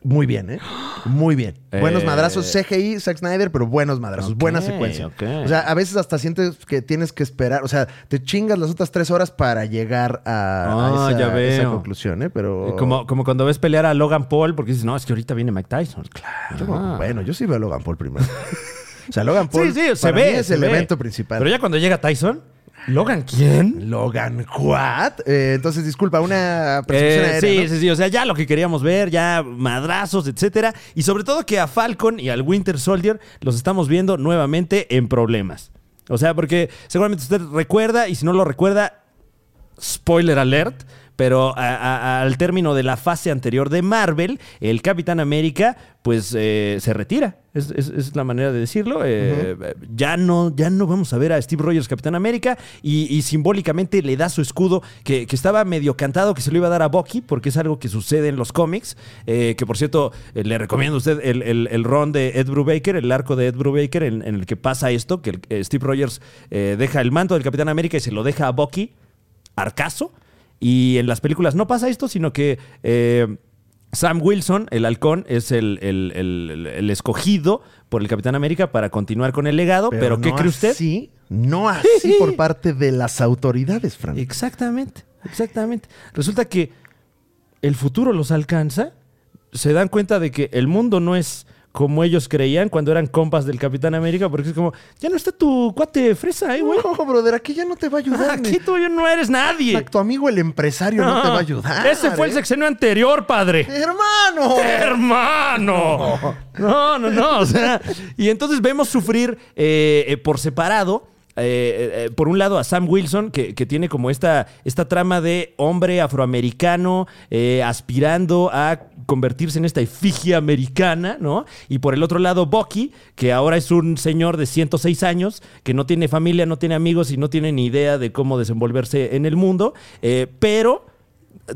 muy bien, ¿eh? Muy bien. Buenos Eh. madrazos, CGI, Zack Snyder, pero buenos madrazos, Ok, buena secuencia. ok. O sea, a veces hasta sientes que tienes que esperar, o sea, te chingas las otras tres horas para llegar a, a Ah, esa, ya veo. esa conclusión, ¿eh? Pero... como, como cuando ves pelear a Logan Paul, porque dices, no, es que ahorita viene Mike Tyson. Yo, Claro. Bueno, yo sí veo a Logan Paul primero. o sea, Logan Paul ah. sí, sí, se para ve. mí es se el ve. evento principal. Pero ya cuando llega Tyson, ¿Logan quién? Logan Quad. Eh, entonces, disculpa, una persecución Eh, aérea. sí, ¿no? sí, sí. O sea, ya lo que queríamos ver, ya madrazos, etcétera. Y sobre todo que a Falcon y al Winter Soldier los estamos viendo nuevamente en problemas. O sea, porque seguramente usted recuerda, y si no lo recuerda, spoiler alert, pero a- a- a- al término de la fase anterior de Marvel, el Capitán América pues eh, se retira. Es, es- es la manera de decirlo. Eh, ya, no, ya no vamos a ver a Steve Rogers Capitán América y, y simbólicamente le da su escudo que, que estaba medio cantado que se lo iba a dar a Bucky porque es algo que sucede en los cómics. eh, que por cierto, eh, le recomiendo a usted el, el- el ron de Ed Brubaker, el arco de Ed Brubaker en, en el que pasa esto, que el- eh, Steve Rogers eh, deja el manto del Capitán América y se lo deja a Bucky arcazo. Y en las películas no pasa esto, sino que eh, Sam Wilson, el halcón, es el, el- el- el- el escogido por el Capitán América para continuar con el legado. ¿Pero, qué no cree usted? así, no así por parte de las autoridades, Fran. Exactamente, exactamente. Resulta que el futuro los alcanza, se dan cuenta de que el mundo no es como ellos creían cuando eran compas del Capitán América, porque es como, ya no está tu cuate fresa, eh, güey. No, brother, aquí ya no te va a ayudar. ni- Ah, Aquí tú ya no eres nadie. Tu amigo el empresario no, te va a ayudar. Ese fue el ¿eh? sexenio anterior, padre. ¡Hermano! hermano. No, no, no. O sea, y entonces vemos sufrir eh, eh, por separado. eh, eh, por un lado a Sam Wilson, que, que tiene como esta, esta trama de hombre afroamericano eh, aspirando a convertirse en esta efigie americana, ¿no? Y por el otro lado Bucky, que ahora es un señor de 106 años, que no tiene familia, no tiene amigos y no tiene ni idea de cómo desenvolverse en el mundo, eh, pero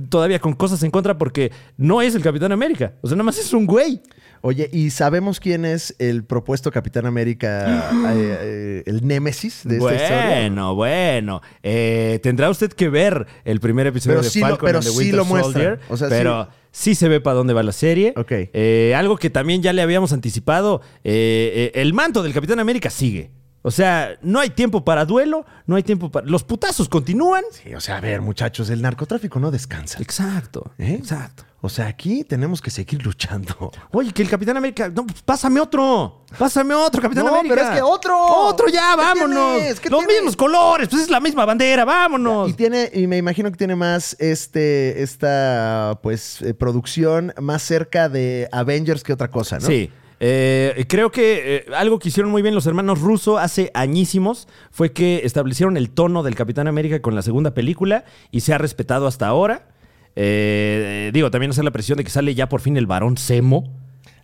todavía con cosas en contra porque no es el Capitán América. O sea, nada más es un güey. Oye, ¿y sabemos quién es el propuesto Capitán América, eh, eh, el némesis de esta historia? Bueno, bueno. Eh, tendrá usted que ver el primer episodio Pero de sí lo- Falcon pero and the sí Winter lo muestran. Soldier. O sea, pero sí. se ve para dónde va la serie. Ok. Eh, algo que también ya le habíamos anticipado. eh, eh, el manto del Capitán América sigue. O sea, no hay tiempo para duelo, no hay tiempo para... Los putazos continúan. Sí, o sea, a ver, muchachos, el narcotráfico no descansa. Exacto, ¿eh? exacto. O sea, aquí tenemos que seguir luchando. Oye, que el Capitán América. No, pues, pásame otro. Pásame otro, Capitán No, América. pero es que otro. Otro ya, ¿Qué vámonos. tienes? ¿Qué Los tienes? mismos colores, pues es la misma bandera, vámonos. Y tiene, y me imagino que tiene más este, esta pues eh, producción más cerca de Avengers que otra cosa, ¿no? Sí. Eh, creo que eh, algo que hicieron muy bien los hermanos Russo hace añísimos fue que establecieron el tono del Capitán América con la segunda película y se ha respetado hasta ahora. Eh, eh, digo, también hacer la presión de que sale ya por fin el varón Semo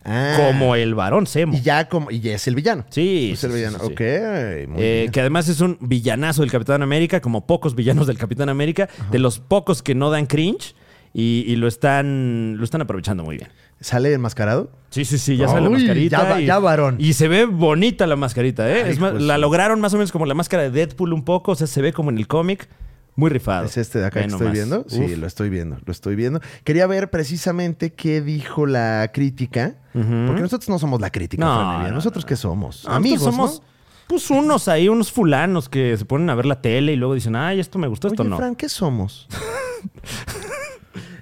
Ah, como el varón Semo. Y ya como. Y ya es el villano. Sí, Es sí, el sí, villano. sí, sí. Ok. muy Eh, bien. que además es un villanazo del Capitán América, como pocos villanos del Capitán América, de los pocos que no dan cringe y, y lo están lo están aprovechando muy bien. ¿Sale enmascarado? Sí, sí, sí, ya sale la Uy, mascarita. ya va- y, ya varón. Y se ve bonita la mascarita, ¿eh? Ay, Es más, pues la sí. lograron más o menos como la máscara de Deadpool un poco, o sea, se ve como en el cómic. Muy rifado. ¿Es este de acá Ve que estoy nomás. viendo? Uf. Sí, lo estoy viendo, lo estoy viendo. Quería ver precisamente qué dijo la crítica, Ujú. porque nosotros no somos la crítica, No, Fran Evia. no, ¿Nosotros qué somos? Ah, Amigos, nosotros somos, ¿no? pues, unos ahí, unos fulanos que se ponen a ver la tele y luego dicen, ay, esto me gustó, esto Oye, no. Fran, ¿qué somos?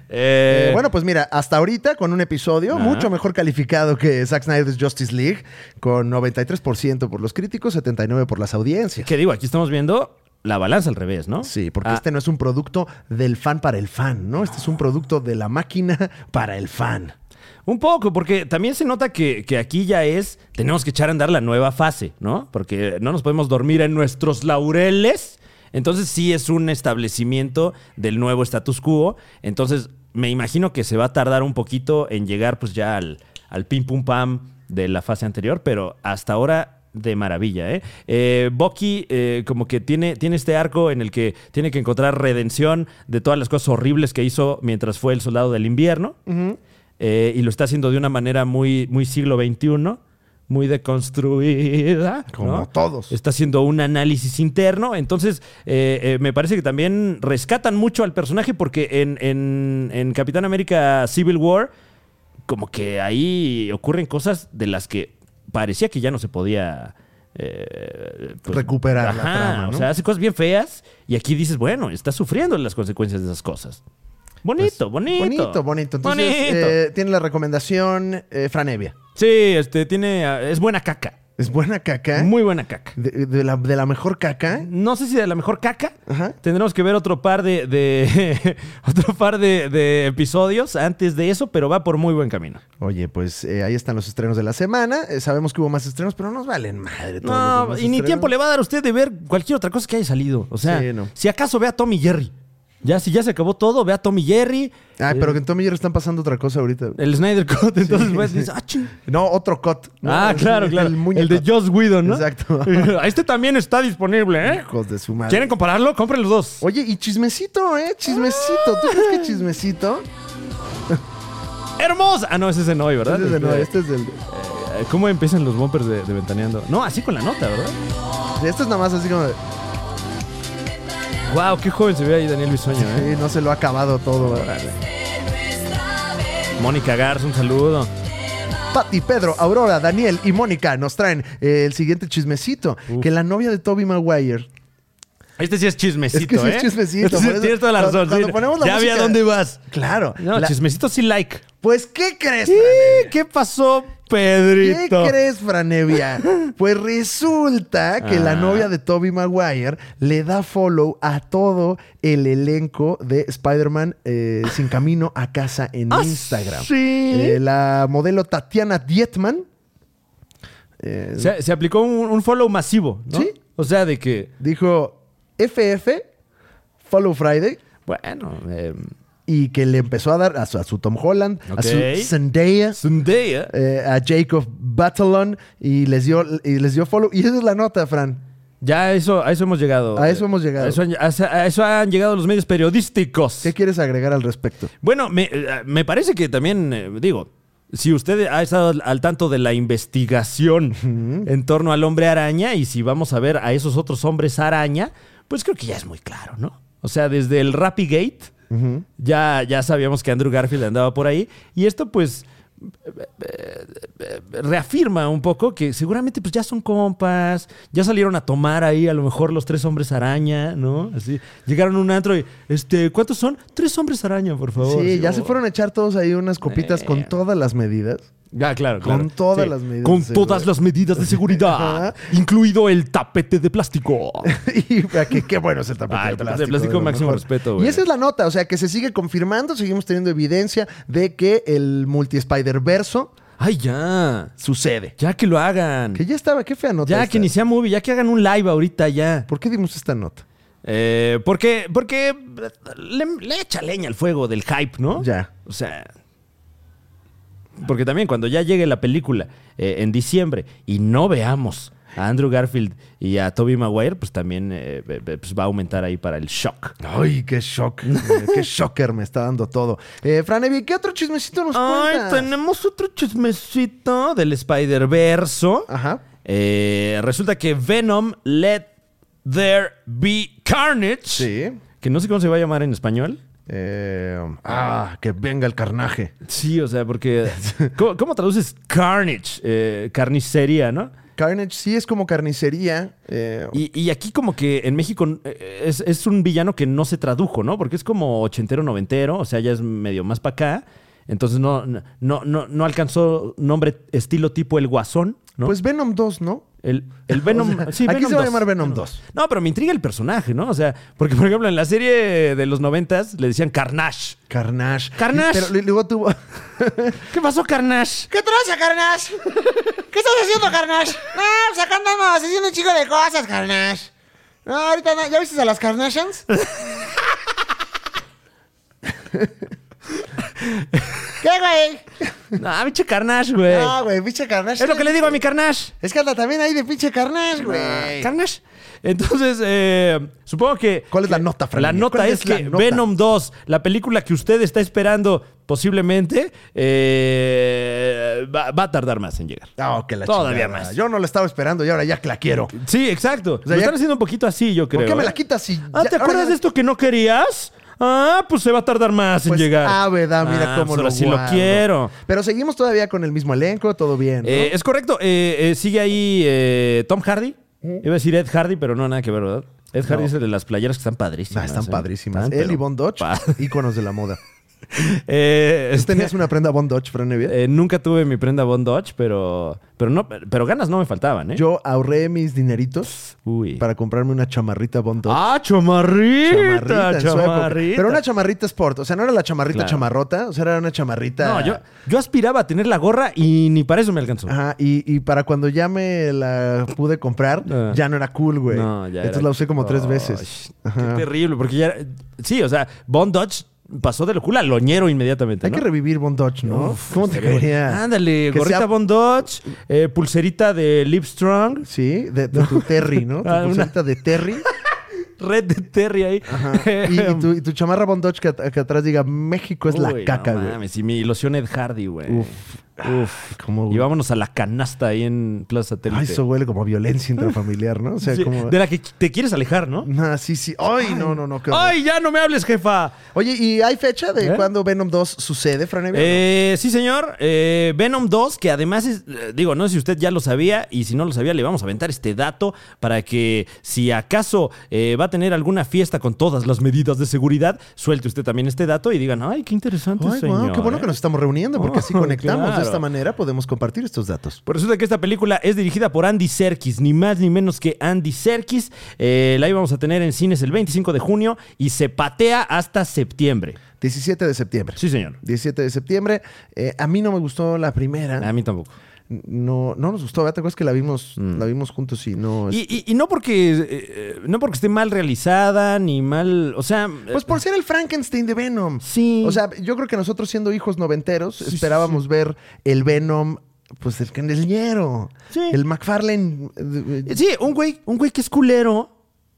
Eh, Eh, bueno, pues mira, hasta ahorita con un episodio Ajá. mucho mejor calificado que Zack Snyder's Justice League, con 93% por los críticos, 79% por las audiencias. que digo, aquí estamos viendo la balanza al revés, ¿no? Sí, porque Ah, este no es un producto del fan para el fan, ¿no? Este es un producto de la máquina para el fan. Un poco, porque también se nota que, que aquí ya es, tenemos que echar a andar la nueva fase, ¿no? Porque no nos podemos dormir en nuestros laureles. Entonces sí es un establecimiento del nuevo status quo. Entonces me imagino que se va a tardar un poquito en llegar pues ya al, al pim pum pam de la fase anterior, pero hasta ahora de maravilla, ¿eh? Eh, Bucky eh, como que tiene, tiene este arco en el que tiene que encontrar redención de todas las cosas horribles que hizo mientras fue el soldado del invierno. Eh, y lo está haciendo de una manera muy, muy siglo XXI, muy deconstruida. ¿no? Como todos. Está haciendo un análisis interno. Entonces, eh, eh, me parece que también rescatan mucho al personaje porque en, en- en Capitán América Civil War, como que ahí ocurren cosas de las que parecía que ya no se podía... eh, Recuperar la trama, ¿no? O sea, hace cosas bien feas y aquí dices, bueno, está sufriendo las consecuencias de esas cosas. Bonito, bonito. Pues, Bonito, bonito. Entonces, Bonito. eh, tiene la recomendación eh, Franevia. Sí, este tiene. ah, Es buena caca. Es buena caca. Muy buena caca. de, de la, de la mejor caca. No sé si de la mejor caca. Ajá. Tendremos que ver otro par de. de- otro par de, de episodios antes de eso, pero va por muy buen camino. Oye, pues eh, ahí están los estrenos de la semana. Eh, sabemos que hubo más estrenos, pero no pues, nos valen madre. todos los No, demás y ni estrenos. tiempo le va a dar a usted de ver cualquier otra cosa que haya salido. O sea, Sí, no. si acaso vea a Tommy Jerry. Ya, si ya se acabó todo, ve a Tommy Jerry, Ah, pero que en Tommy Jerry están pasando otra cosa ahorita. güey. el Snyder Cut, entonces sí. pues, dices, ah, ching. No, otro cut. No, ah, claro, claro. El, El, muñeco. de Joss Whedon, ¿no? Exacto. este también está disponible, ¿eh? Hijos de su madre. ¿Quieren compararlo? Compren los dos. Oye, y chismecito, ¿eh? Chismecito. ¿Tú crees Ah. que chismecito? ¡Hermosa! Ah, no, ese es de hoy, ¿verdad? Este es de no, este es del. Eh, ¿Cómo empiezan los bumpers de, de Ventaneando? No, así con la nota, ¿verdad? Este es nada más así como. de, Wow, qué joven se ve ahí Daniel Bisoño, ¿eh? "Eh, no se lo ha acabado todo. Mónica Garza, un saludo. Pati, Pedro, Aurora, Daniel y Mónica nos traen eh, el siguiente chismecito. Que la novia de Toby Maguire. Este sí es chismecito, Es que sí es ¿eh? chismecito, Este sí por eso- tienes toda la cuando- razón. cuando sí. ponemos la ya vi a música- dónde vas. Claro. No, la- chismecito sí like. Pues, ¿qué crees? ¿Y ¿Qué pasó, ¿Qué Pedrito? crees, Franevia? Pues resulta que la Ah. novia de Toby Maguire le da follow a todo el elenco de Spider-Man eh, Sin Camino a Casa en Ah, Instagram. sí. Eh, la modelo Tatiana Dietman eh, se, se aplicó un, un follow masivo, ¿no? Sí. O sea, de que, dijo FF, Follow Friday, bueno, eh, y que le empezó a dar a su, a su Tom Holland, a Ok. su Zendaya, Sunday, ¿eh? eh, a Jacob Batalon, y les dio, y les dio follow. Y esa es la nota, Fran. Ya a eso, a eso hemos llegado. A eso hemos llegado. A eso, han- a- a eso han llegado los medios periodísticos. ¿Qué quieres agregar al respecto? Bueno, me, eh, me parece que también, eh, digo, si usted ha estado al, al tanto de la investigación en torno al hombre araña y si vamos a ver a esos otros hombres araña, pues creo que ya es muy claro, ¿no? O sea, desde el Rapigate ya, ya sabíamos que Andrew Garfield andaba por ahí y esto pues reafirma un poco que seguramente pues ya son compas, ya salieron a tomar ahí a lo mejor los tres hombres araña, ¿no? Así, llegaron a un antro y, este, ¿cuántos son? Tres hombres araña, por favor. Sí, Así, ya oh. se fueron a echar todos ahí unas copitas con todas las medidas. Ya, Ah, claro, claro. Con todas las medidas Con de seguridad. todas las medidas de seguridad, Ajá. incluido el tapete de plástico. y para que qué bueno es el tapete Ah, de el tapete de plástico. plástico, de lo máximo mejor. respeto, güey. Y esa es la nota, o sea, que se sigue confirmando, seguimos teniendo evidencia de que el multi-spider-verso Ay, ya. sucede. Ya que lo hagan. Que ya estaba, qué fea nota. Ya esta. que inicia movie, ya que hagan un live ahorita ya. ¿Por qué dimos esta nota? Eh, porque porque le, le echa leña al fuego del hype, ¿no? Ya. O sea. Porque también cuando ya llegue la película eh, en diciembre y no veamos a Andrew Garfield y a Toby Maguire, pues también eh, eh, pues va a aumentar ahí para el shock. Ay, qué shock. eh, qué shocker me está dando todo. Eh, Franevi, ¿qué otro chismecito nos Ay, Pues cuentas? tenemos otro chismecito del Spider-Verso. Ajá. Eh, resulta que Venom Let There Be Carnage. Sí. Que no sé cómo se va a llamar en español. Eh, ah, que venga el carnaje. Sí, o sea, porque. ¿Cómo, cómo traduces carnage? Eh, carnicería, ¿no? Carnage sí es como carnicería. eh, Y, y aquí, como que en México eh, es, es un villano que no se tradujo, ¿no? Porque es como ochentero, noventero, o sea, ya es medio más para acá. Entonces no, no, no, no alcanzó nombre, estilo tipo el guasón, ¿no? Pues Venom 2, ¿no? el, el Venom. O sea, sí, aquí Venom se va a 2. llamar Venom 2. No, pero me intriga el personaje, ¿no? O sea, porque por ejemplo en la serie de los noventas le decían Carnage. Carnage. Carnage. Pero le- luego tuvo. ¿Qué pasó, Carnage? ¿Qué traza, Carnage? ¿Qué estás haciendo, Carnage? No, pues acá andamos haciendo un chico de cosas, Carnage. No, ahorita no. ¿Ya viste a las Carnations? ¿Qué, güey? Ah, pinche Carnage, güey. Ah, No, güey, pinche Carnage. es lo que le digo a mi Carnage. Es que anda también ahí de pinche Carnage, güey. Carnage. Entonces, eh, supongo que. ¿Cuál es la nota, Fran? La nota ¿Cuál es, es la que nota? Venom 2, la película que usted está esperando posiblemente, eh, va, va a tardar más en llegar. Ah, que la Todavía chingada. más. Yo no la estaba esperando y ahora ya que la quiero. Sí, exacto. sea, Lo ya- están haciendo un poquito así, yo creo. ¿Por qué me la ¿eh? quitas si Ah, ya- ¿te ahora acuerdas ya- de esto que no querías? Ah, pues se va a tardar más Pues, en llegar. Ah, verdad, Ah, mira cómo pues ahora lo sí lo guardo. quiero. Pero seguimos todavía con el mismo elenco, todo bien. ¿no? Eh, es correcto. Eh, eh, sigue ahí eh, Tom Hardy. Iba a decir Ed Hardy, pero no, nada que ver, ¿verdad? Ed Hardy es el de las playeras que están padrísimas. Ah, están ¿eh? padrísimas. Están, Él pero y Von Dodge, pa- íconos de la moda. Eh, ¿Tú tenías una prenda Von Dodge, Franevia? eh, nunca tuve mi prenda Von Dodge, pero, pero, no, pero ganas no me faltaban, ¿eh? Yo ahorré mis dineritos Uy. para comprarme una chamarrita Von Dodge. ¡Ah, chamarrita! Chamarrita. Chamarrita en su época. Pero una chamarrita sport. O sea, no era la chamarrita Claro. chamarrota. O sea, era una chamarrita... No, yo, yo aspiraba a tener la gorra y ni para eso me alcanzó. Ajá, y, y para cuando ya me la pude comprar, Ah. ya no era cool, güey. No, ya Entonces era- la usé como tres Ay, veces. Ajá. Qué terrible, porque ya. Sí, o sea, Von Dodge pasó de locura al loñero inmediatamente. Hay ¿no? que revivir Von Dodge, ¿no? Uf, ¿Cómo te estaría bueno. caería? Ándale, Que gorrita sea- Von Dodge, eh, pulserita de Lipstrong, Sí, de, de tu Terry, ¿no? Tu Ah, una- pulserita de Terry. red de Terry ahí. Y, y tu, y tu chamarra Von Dodge que, at- que atrás diga México es la Uy, caca, no güey. mames, y mi ilusión Ed Hardy, güey. Uf. Uf. ¿Cómo, Y güey? vámonos a la canasta ahí en Plaza Satélite. Ay, eso huele como a violencia intrafamiliar, ¿no? O sea, Sí, como... De la que te quieres alejar, ¿no? Nah, sí, sí. Ay, no, no, no. qué horror. ¡Ay, ya no me hables, jefa! Oye, ¿y hay fecha de ¿Eh? cuándo Venom 2 sucede, Franevia? Eh, sí, señor. Eh, Venom 2, que además es, eh, digo, no sé si usted ya lo sabía y si no lo sabía, le vamos a aventar este dato para que si acaso eh, va a tener alguna fiesta con todas las medidas de seguridad, suelte usted también este dato y digan, ay, qué interesante, Ay, señor. guau, qué bueno ¿eh?". que nos estamos reuniendo porque así Oh, conectamos. claro. De esta manera podemos compartir estos datos. Pues resulta que esta película es dirigida por Andy Serkis, ni más ni menos que Andy Serkis. Eh, la íbamos a tener en cines el 25 de junio y se patea hasta septiembre. 17 de septiembre. Sí, señor. 17 de septiembre. Eh, a mí no me gustó la primera. A mí tampoco. No, no nos gustó. ¿verdad? ¿Te acuerdas que la vimos, la vimos juntos y no... Mm. Y, y- y no porque eh, eh, no porque esté mal realizada ni mal, o sea, eh, Pues por ser el Frankenstein de Venom. sí. O sea, yo creo que nosotros siendo hijos noventeros esperábamos ver el Venom, pues el candelero. Sí. El McFarlane. eh, eh, sí, un güey, un güey que es culero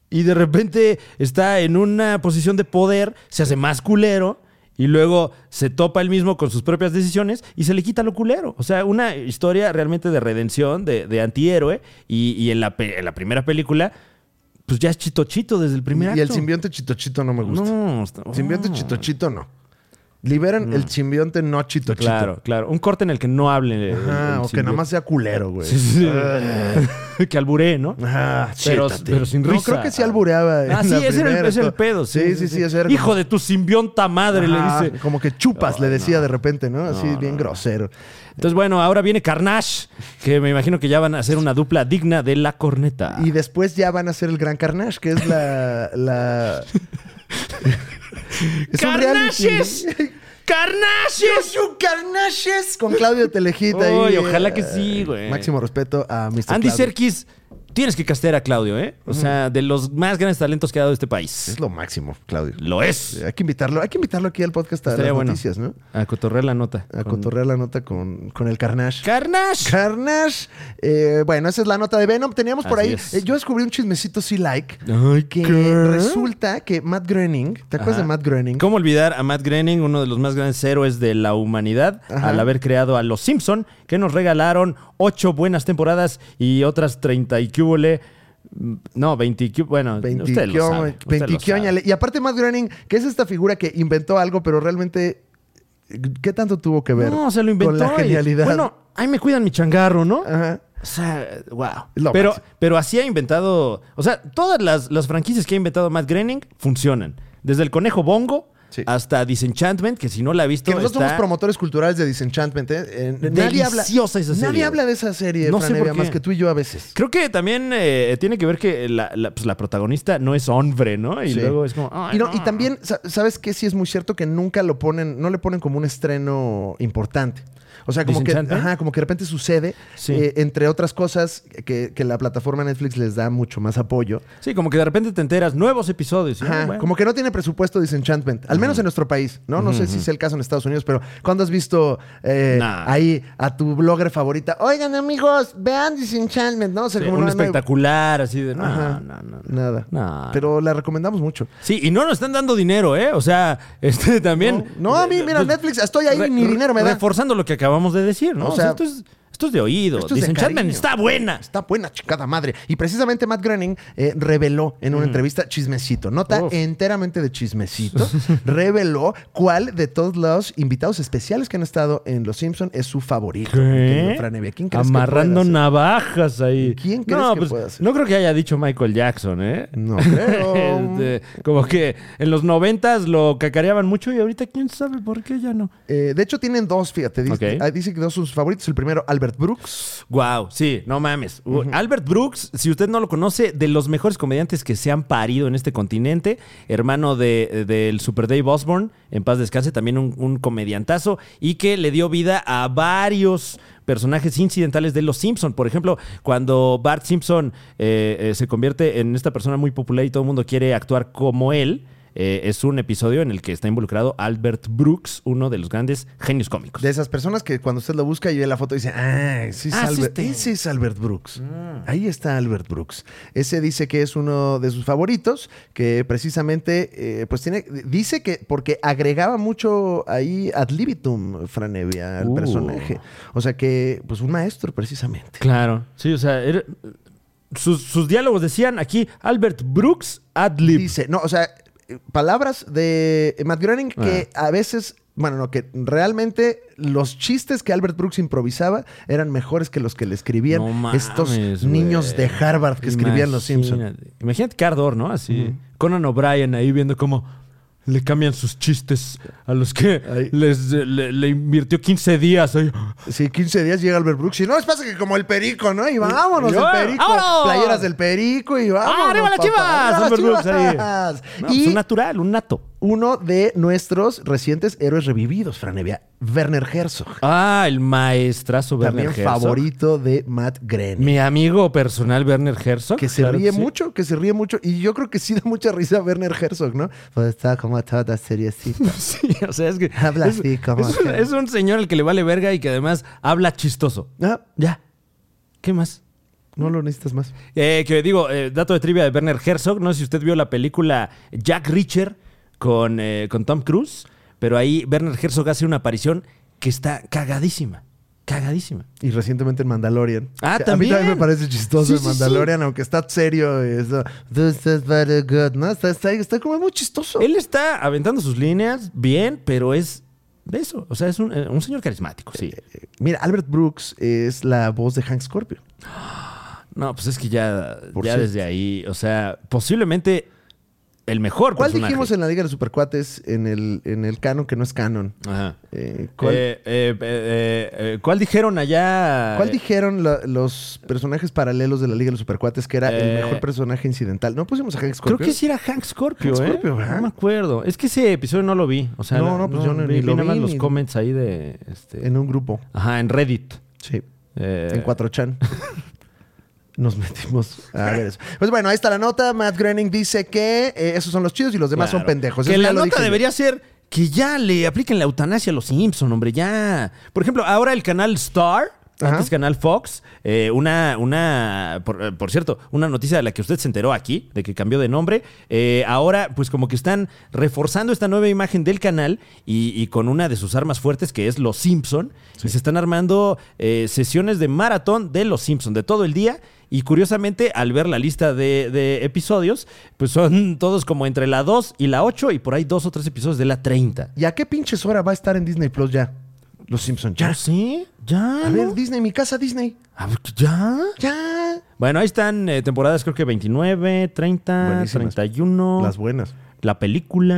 y de repente está en una posición de poder, se hace más culero y luego se topa él mismo con sus propias decisiones y se le quita lo culero. O sea, una historia realmente de redención, de, de antihéroe y, y en, la, pe- en la primera película pues ya es chitochito desde el primer acto. y el simbionte chitochito no me gusta. No, está- Simbionte oh. chitochito no. Liberan el simbionte no chitochito. Claro, claro. Un corte en el que no hablen. el- Ajá, el o que Ah, nada simbionte. más sea culero, güey. Ah, Sí, sí, sí. que alburé, ¿no? Ajá, Pero, siéntate. pero sin risa. No, creo que sí albureaba. eh, en Ah, sí, la ese era el, primera, ese era el todo. pedo. Sí, sí, sí. ese era Hijo como- de tu simbionta madre, Ajá, le dice. Como que chupas, le decía de repente, ¿no? Así, bien grosero. Entonces, bueno, ahora viene Carnage, que me imagino que ya van a hacer una dupla digna de la corneta. Y después ya van a hacer el gran Carnage, que es la. la... es un reality. ¡Carnages! ¡Carnages! ¡Es un Carnages! Con Claudio Telejita ahí. Uy, ojalá eh, que sí, güey. Máximo respeto a Mr. Andy Claudio. Serkis, tienes que castear a Claudio, ¿eh? O sea, de los más grandes talentos que ha dado este país. Es lo máximo, Claudio. Lo es. Hay que invitarlo, hay que invitarlo aquí al podcast a Estaría las bueno. noticias, ¿no? A cotorrear la nota. A Con- cotorrear la nota con, con el Carnage. ¡Carnage! Carnage. Eh, bueno, esa es la nota de Venom. Teníamos por Así ahí. es. eh, yo descubrí un chismecito sí like. Ay, Que resulta que Matt Groening. ¿Te acuerdas Ajá. de Matt Groening? ¿Cómo olvidar a Matt Groening, uno de los más grandes héroes de la humanidad, Ajá. al haber creado a Los Simpson, que nos regalaron ocho buenas temporadas y otras 30 y cúbole, mm, no, 20 y cú- bueno, usted lo sabe, usted lo sabe. Veintiquioñale. Y aparte Matt Groening, que es esta figura que inventó algo, pero realmente, ¿qué tanto tuvo que ver? No, se lo inventó. Con la y- genialidad. bueno, ahí me cuidan mi changarro, ¿no? Ajá. O sea, wow. Lo Pero, máximo. pero así ha inventado. O sea, todas las, las franquicias que ha inventado Matt Groening funcionan. Desde el conejo bongo Sí. hasta Disenchantment, que si no la ha visto. Que nosotros está- somos promotores culturales de Disenchantment. ¿eh? Eh, nadie habla, Deliciosa esa serie, Nadie güey. habla de esa serie, No no sé por qué. más que tú y yo a veces. Creo que también eh, tiene que ver que la, la- pues, la protagonista no es hombre, ¿no? Y Sí. luego es como. "Ay, Y, no- no". y también, sa- ¿sabes qué? Sí es muy cierto que nunca lo ponen, no le ponen como un estreno importante. O sea, como que, ¿Disenchantment? ajá, como que de repente sucede, Sí. eh, entre otras cosas, que, que la plataforma Netflix les da mucho más apoyo. Sí, como que de repente te enteras nuevos episodios. y, Ajá, "Ah, bueno". Como que no tiene presupuesto Disenchantment, al menos en nuestro país, ¿no? No sé si es el caso en Estados Unidos, pero ¿cuándo has visto eh, Nah. ahí a tu blogger favorita? Oigan, amigos, vean Disenchantment, ¿no? O sea, Sí, como un no- no- espectacular, así de. No, Ajá. no, no, no. Nada. Nah. Pero la recomendamos mucho. Sí, y no nos están dando dinero, ¿eh? O sea, este también. No, no, a mí, mira, Pues, Netflix, estoy ahí, re- ni dinero me da. Reforzando lo que acabamos de decir, ¿no? O O sea, sea, esto es, esto Esto es de oído. Esto es de Dicen, Chatman, cariño". está buena. Está buena, chingada madre. Y precisamente Matt Groening eh, reveló en Mm. una entrevista chismecito, nota enteramente de chismecito, reveló cuál de todos los invitados especiales que han estado en Los Simpson es su favorito. mi querido Fran Evia. ¿Quién crees que Amarrando pueda ser? navajas ahí. ¿Quién crees no, que pues, pueda ser? No creo que haya dicho Michael Jackson, ¿eh? No creo. Este, como que en los noventas lo cacareaban mucho y ahorita quién sabe por qué ya no. Eh, de hecho, tienen dos, fíjate. Dice, Ok. ah, dice que dos son sus favoritos. El primero, Albert Brooks. Wow, sí, no mames. Uh, Albert Brooks, si usted no lo conoce, de los mejores comediantes que se han parido en este continente, hermano de- del Super Dave Osborne, en paz descanse, también un, un comediantazo, y que le dio vida a varios personajes incidentales de Los Simpson. Por ejemplo, cuando Bart Simpson eh, eh, se convierte en esta persona muy popular y todo el mundo quiere actuar como él. eh, es un episodio en el que está involucrado Albert Brooks, uno de los grandes genios cómicos. De esas personas que cuando usted lo busca y ve la foto dice, ah, ese es, Ah, sí Albert, está. Mm. ese es Albert Brooks. Ahí está Albert Brooks. Ese dice que es uno de sus favoritos, que precisamente, eh, pues tiene, dice que porque agregaba mucho ahí ad libitum, Franevia, al Uh. personaje. O sea que, pues un maestro precisamente. Claro, sí, o sea, era- sus, sus diálogos decían aquí Albert Brooks ad lib. Dice, no, o sea, eh, palabras de Matt Groening que Ah. a veces, bueno, no, que realmente los chistes que Albert Brooks improvisaba eran mejores que los que le escribían No mames, estos güey. niños de Harvard que escribían Los Simpsons. Imagínate- Imagínate Cardor, ¿no? Así, Conan O'Brien ahí viendo cómo le cambian sus chistes a los que Ay. les, eh, le, le invirtió 15 días. ahí. Sí, 15 días llega Albert Brooks y no, les pasa que como el perico, ¿no? Y vámonos, Yo- el perico. ¡Vámonos! Ah, Playeras del perico y vámonos. ¡Arriba las papá! chivas! ¡Arriba las Albert Brooks ahí. chivas! No, Y pues un natural, un nato. uno de nuestros recientes héroes revividos, Franevia, Werner Herzog. Ah, el maestrazo Werner También Herzog. favorito de Matt Groening. Mi amigo personal Werner Herzog. Que se claro ríe sí. mucho, que se ríe mucho. Y yo creo que sí da mucha risa a Werner Herzog, ¿no? Pues está como toda seriecita. Sí, o sea, es que. Habla es- así como es un- acá. es un señor al que le vale verga y que además habla chistoso. Ah, Ya. ¿Qué más? no lo necesitas más. Eh, que digo, eh, dato de trivia de Werner Herzog. No sé si usted vio la película Jack Reacher con, eh, con Tom Cruise, pero ahí Werner Herzog hace una aparición que está cagadísima. Cagadísima. Y recientemente en Mandalorian. Ah, Que también. A mí también me parece chistoso Sí, en sí, Mandalorian, aunque está serio. Eso. This is very good, ¿no? Está, está, está como muy chistoso. Él está aventando sus líneas bien, pero es de eso. O sea, es un, eh, un señor carismático, sí. Eh, Mira, Albert Brooks es la voz de Hank Scorpio. No, pues es que ya, Por ya cierto. desde ahí, o sea, posiblemente el mejor ¿Cuál personaje. dijimos en la Liga de los Supercuates en el, en el canon que no es canon? Ajá. Eh, ¿Cuál, Eh, eh, eh, eh, eh, ¿Cuál dijeron allá? ¿Cuál dijeron la- los personajes paralelos de la Liga de los Supercuates que era Eh, el mejor personaje incidental? ¿No pusimos a Hank Scorpio? Creo que sí era Hank Scorpio, Hank ¿eh? Scorpio, ¿verdad? No me acuerdo. Es que ese episodio no lo vi. O sea, No, no, pues yo no- vi, ni vi lo nada más vi, los ni- comments ahí de... Este... En un grupo. Ajá, en Reddit. Sí. Eh, En 4chan. Nos metimos a ver eso. Pues bueno, ahí está la nota. Matt Groening dice que eh, esos son los chidos y los demás son claro. pendejos. Que Eso la ya lo dije nota yo. debería ser que ya le apliquen la eutanasia a los Simpson, hombre, ya. Por ejemplo, ahora el canal Star. Ajá. Antes Canal Fox, eh, una, una, por, eh, por cierto, una noticia de la que usted se enteró aquí, de que cambió de nombre, eh, ahora pues como que están reforzando esta nueva imagen del canal y, y con una de sus armas fuertes que es Los Simpson, y se están armando eh, sesiones de maratón de Los Simpson, de todo el día, y curiosamente, al ver la lista de, de episodios, pues son todos como entre la 2 y la 8 y por ahí dos o tres episodios de la 30. ¿Y a qué pinches hora va a estar en Disney Plus ya? Los Simpsons, ya. ¿Ya ¿Ah, sí? ¿Ya? A no? ver, Disney, mi casa, Disney. A ver, ¿Ya? Ya. Bueno, ahí están eh, temporadas creo que 29, 30, Buenísimas. 31. Las buenas. La película.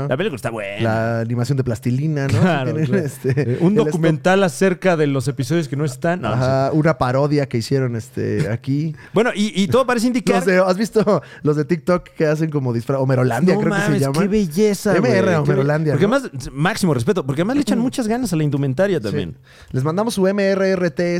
Ajá. La película está buena. La animación de plastilina, ¿no? Claro, Tienen, claro. este, Eh, un el stop documental acerca de los episodios que no están. No, no sé. Ajá, una parodia que hicieron este aquí. Bueno, y, y todo parece indicar. Los de- ¿Has visto los de TikTok que hacen como disfraz? Homerolandia, No creo que mames, se llama. Qué belleza. güey. MR, Qué be- Homerolandia, Porque ¿no? además, máximo respeto, porque además le echan muchas ganas a la indumentaria también. Mm, Les mandamos su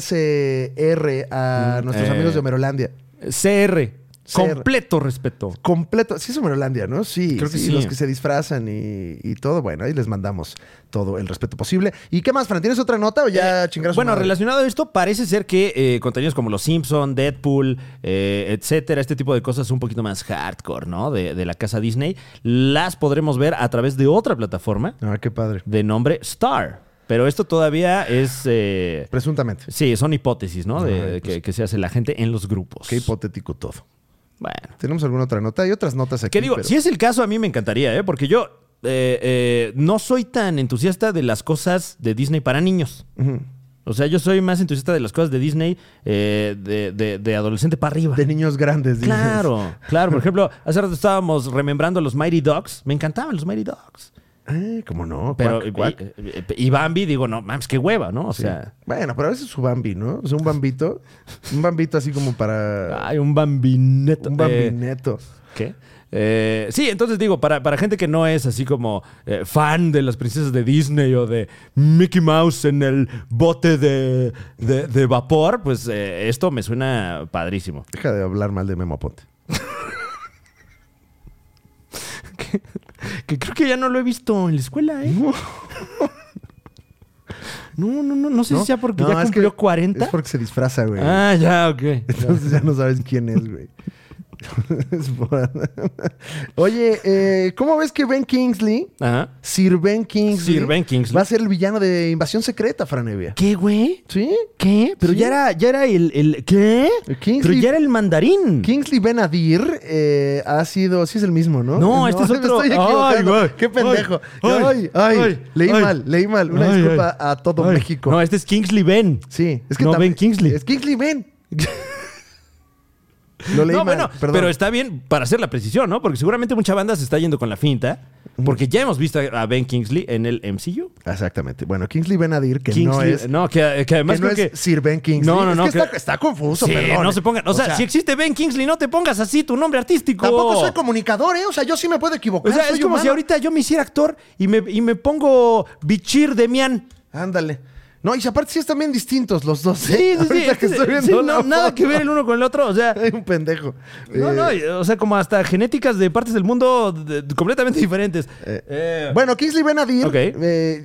MRRTSR a nuestros eh. amigos de Homerolandia. CR. CR. Completo respeto. Completo. Sí, es Homerolandia, ¿no? Sí. Creo que sí. Los que se disfrazan y, y todo. Bueno, ahí les mandamos todo el respeto posible. ¿Y qué más, Fran? ¿Tienes otra nota o ya chingar a Eh, su Bueno, madre? relacionado a esto, parece ser que eh, contenidos como Los Simpson, Deadpool, eh, etcétera, este tipo de cosas un poquito más hardcore, ¿no? De, de la casa Disney, las podremos ver a través de otra plataforma Ah, qué padre. de nombre Star. Pero esto todavía es... eh, Presuntamente. sí, son hipótesis, ¿no? De, Ajá, de pues. que, que se hace la gente en los grupos. Qué hipotético todo. Bueno. ¿Tenemos alguna otra nota? Hay otras notas aquí. Que digo, pero- si es el caso, a mí me encantaría, ¿eh? Porque yo eh, eh, no soy tan entusiasta de las cosas de Disney para niños. Ujú. O sea, yo soy más entusiasta de las cosas de Disney eh, de, de- de adolescente para arriba. De niños grandes. dices. Claro, claro. Por ejemplo, hace rato estábamos remembrando los Mighty Dogs. Me encantaban los Mighty Dogs. Eh, ¿Cómo no? Pero Cuac, cuac. Y, y Bambi, digo, no, mames, qué hueva, ¿no? O Sí. sea, Bueno, pero a veces su Bambi, ¿no? O sea, un Bambito. Un Bambito así como para. hay un bambineto. Un Ah, Eh, Bambineto. ¿Qué? Eh, sí, entonces digo, para, para gente que no es así como eh, fan de las princesas de Disney o de Mickey Mouse en el bote de, de- de vapor, pues eh, esto me suena padrísimo. Deja de hablar mal de Memo Aponte. Que creo que ya no lo he visto en la escuela, ¿eh? No, no, no, no, sé ¿no? si sea porque No, ya es que- cumplió 40. Es porque se disfraza, güey. Ah, ya, ok. Entonces ya no sabes quién es, güey. Es por- Oye, eh, ¿cómo ves que Ben Kingsley, Ajá. Sir Ben Kingsley, Sir Ben Kingsley. va a ser el villano de Invasión Secreta, Franevia? ¿Qué, güey? ¿Sí? ¿Qué? Pero Sí. ya era, ya era el, el- ¿Qué? El Kingsley- Pero ya era el mandarín. Kingsley Benadir eh, ha sido, sí es el mismo, ¿no? No, este es otro. Me estoy equivocando. Ay, güey. Qué pendejo. Ay, Ay, ay, ay, leí ay. mal, leí mal. Una Ay, disculpa ay. a todo Ay. México. No, este es Kingsley Ben. sí, es que no tam- Ben Kingsley. Es Kingsley Ben. Lo leí no, mal, bueno, perdón. pero está bien para hacer la precisión, ¿no? Porque seguramente mucha banda se está yendo con la finta. Porque ya hemos visto a Ben Kingsley en el MCU. Exactamente. Bueno, Kingsley Benadir, que no Kingsley- es... que, que además que no creo es que. Sir Ben Kingsley. No, no, Es no, que creo- está, está confuso, Sí, perdón. no se pongan. O, sea, si existe Ben Kingsley, no te pongas así tu nombre artístico. Tampoco soy comunicador, ¿eh? O sea, yo sí me puedo O equivocar. sea, es soy como humano. si ahorita yo me hiciera actor y me, y me pongo Bichir Demian. Ándale. No, y aparte sí están bien distintos los dos, ¿eh? Sí, sí, sí. Ahorita que sí, estoy sí, viendo no, la nada foto. que ver el uno con el otro. O sea, Hay un pendejo. no, Eh, no, y- o sea, como hasta genéticas de partes del mundo de- de- completamente diferentes. Eh, Bueno, Kingsley Benadir, Ok. eh,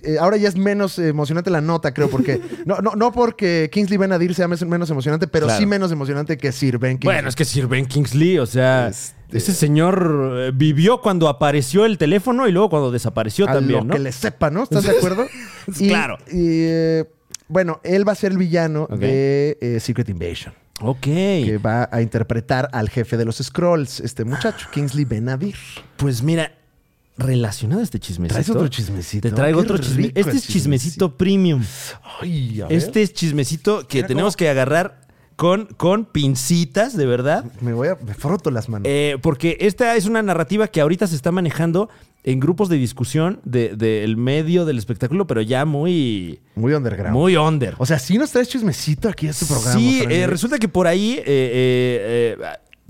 eh, ahora ya es menos emocionante la nota, creo, porque no, no, no porque Kingsley Benadir sea mes- menos emocionante, pero Claro. sí menos emocionante que Sir Ben Kingsley. Bueno, es que Sir Ben Kingsley, o sea, Este- ese señor eh, vivió cuando apareció el teléfono y luego cuando desapareció a también, lo ¿no? que le sepa, ¿no? ¿Estás de acuerdo? Claro. y, eh, bueno, él va a ser el villano Ok. de eh, Secret Invasion, Ok. que va a interpretar al jefe de los Scrolls, este muchacho, Kingsley Benadir. Pues mira, relacionado a este chismecito. ¿Traes otro chismecito? Te traigo Qué otro chismecito. rico Este es chismecito premium. Ay, a ver. Este es chismecito que tenemos que agarrar con, con pincitas, de verdad. Me voy a... Me froto las manos. Eh, porque esta es una narrativa que ahorita se está manejando en grupos de discusión de- del medio del espectáculo, pero ya muy, Muy underground. muy under. O sea, sí nos traes chismecito aquí a este programa. sí, Fran. eh, resulta que por ahí, eh, eh, eh,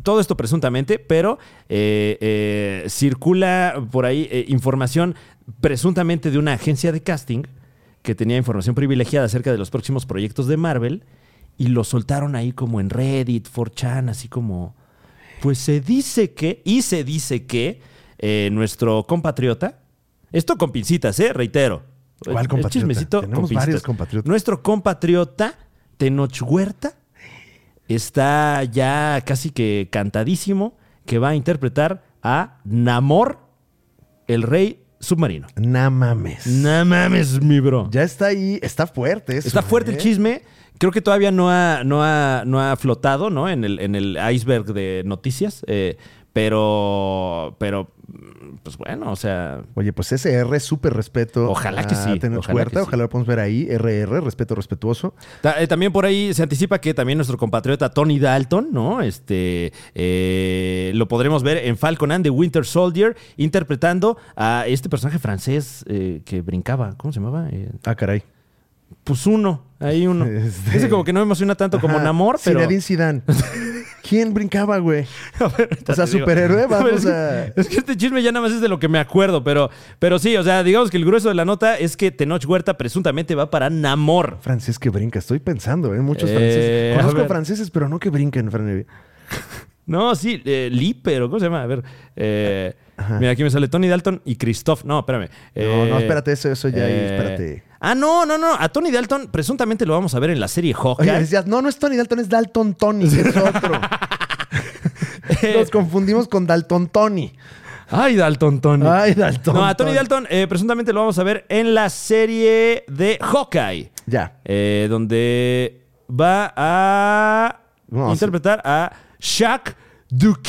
todo esto presuntamente, pero eh, eh, circula por ahí eh, información presuntamente de una agencia de casting que tenía información privilegiada acerca de los próximos proyectos de Marvel y lo soltaron ahí como en Reddit, 4chan, así como... Pues se dice que, y se dice que eh, nuestro compatriota, esto con pincitas, ¿eh? Reitero. ¿Cuál El compatriota? chismecito con Tenemos pincitas. varios compatriotas. Nuestro compatriota, Tenoch Huerta, está ya casi que cantadísimo que va a interpretar a Namor, el rey submarino. Na mames. No mames, mi bro. Ya está ahí. Está fuerte eso. Está fuerte ¿eh? el chisme. Creo que todavía no ha, no ha, no ha flotado, ¿no? En el, en el iceberg de noticias. eh, pero, pero, mm, pues bueno, o sea, Oye, pues SR, súper respeto. Ojalá que a sí, Tenoch ojalá Huerta, que sí. ojalá lo podamos ver ahí. RR, respeto respetuoso. Ta- eh, también por ahí se anticipa que también nuestro compatriota Tony Dalton, ¿no? Este eh, lo podremos ver en Falcon and the Winter Soldier interpretando a este personaje francés eh, que brincaba. ¿Cómo se llamaba? Eh, Ah, caray. pues uno, ahí uno. Este- Ese como que no me emociona tanto como Ajá. Namor, pero. Zinedine Zidane. ¿Quién brincaba, güey? A ver, ahorita O sea, te digo. superhéroe, A ver, vamos es que- a- Es que este chisme ya nada más es de lo que me acuerdo, pero, pero sí, o sea, digamos que el grueso de la nota es que Tenoch Huerta presuntamente va para Namor. Francés que brinca. Estoy pensando, ¿eh? Muchos Eh, franceses. a Conozco ver. franceses, pero no que brinquen, Fran. No, sí, eh, Liper, o ¿cómo se llama? A ver. eh, mira, aquí me sale Tony Dalton y Christoph. No, espérame. No, Eh, no, espérate, eso, eso ya ahí, eh, espérate. Ah, no, no, no. A Tony Dalton presuntamente lo vamos a ver en la serie Hawkeye. Oye, decías, no, no es Tony Dalton, es Dalton Tony, es otro. Nos confundimos con Dalton Tony. Ay, Dalton Tony. Ay, Dalton. No, a Tony Dalton eh, presuntamente lo vamos a ver en la serie de Hawkeye. Ya. eh, donde va a No, sí. interpretar a Shaq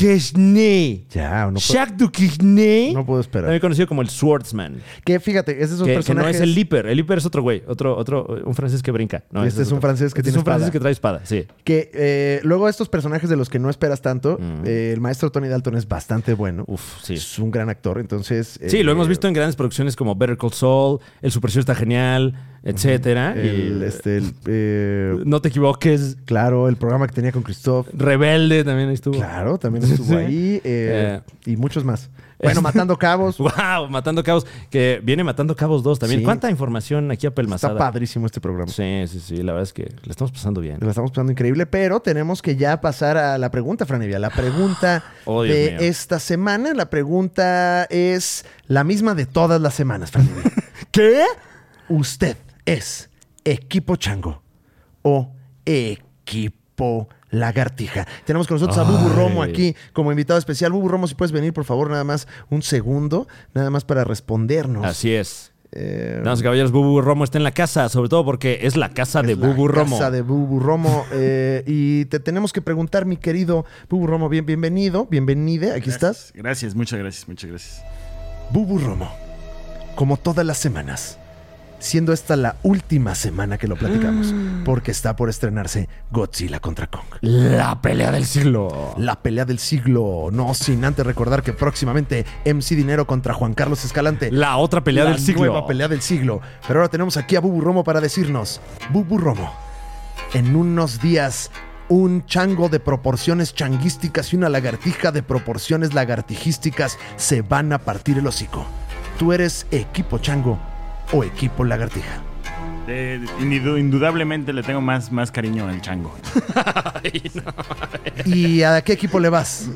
Duquesne. Ya, no puedo- Shaq Duquesne. No puedo esperar. También conocido como el Swordsman. Que fíjate, ese es un Que, que no personaje. es el Leaper. El Leaper es otro güey. Otro, otro, un francés que brinca. No, Este ese es un otro. francés que Este tiene Es un francés espada. que trae espada, sí. Que eh, luego estos personajes de los que no esperas tanto, eh, el maestro Tony Dalton es bastante bueno. Mm. Uf, sí. Es un gran actor, entonces... Sí, eh, lo hemos visto en grandes producciones como Better Call Saul, El Super Show está genial, etcétera. El, Y, este, el, eh, No te equivoques, claro, el programa que tenía con Christoph. Rebelde también ahí estuvo. Claro, también estuvo Sí. ahí. eh, y muchos más. Bueno, es- Matando Cabos. Wow, Matando Cabos, que viene Matando Cabos 2 también. Sí. ¿Cuánta información aquí apelmazada? Está padrísimo este programa. Sí, sí, sí, la verdad es que la estamos pasando bien. La estamos pasando increíble, pero tenemos que ya pasar a la pregunta, Franevia. La pregunta Oh, Dios de mío. esta semana. La pregunta es la misma de todas las semanas, Franevia. ¿Qué? ¿Usted es equipo chango o equipo lagartija? Tenemos con nosotros a Bubu Ay. Romo aquí como invitado especial. Bubu Romo, si puedes venir, por favor, nada más un segundo, nada más para respondernos. Así es. Eh, Damas y caballeros, Bubu Romo está en la casa, sobre todo porque es la casa de es la Bubu Romo. Casa de Bubu Romo. eh, y te tenemos que preguntar, mi querido Bubu Romo, bien, bienvenido, bienvenide, aquí estás. Gracias, muchas gracias, muchas gracias. Bubu Romo, como todas las semanas, siendo esta la última semana que lo platicamos, porque está por estrenarse Godzilla contra Kong. La pelea del siglo. La pelea del siglo, no sin antes recordar que próximamente MC Dinero contra Juan Carlos Escalante. La otra pelea la del siglo. nueva pelea del siglo. Pero ahora tenemos aquí a Bubu Romo para decirnos, Bubu Romo, en unos días un chango de proporciones changuísticas y una lagartija de proporciones lagartijísticas se van a partir el hocico. ¿Tú eres equipo chango o equipo lagartija? Eh, indidu- indudablemente le tengo más, más cariño al chango. ¿Y a qué equipo le vas?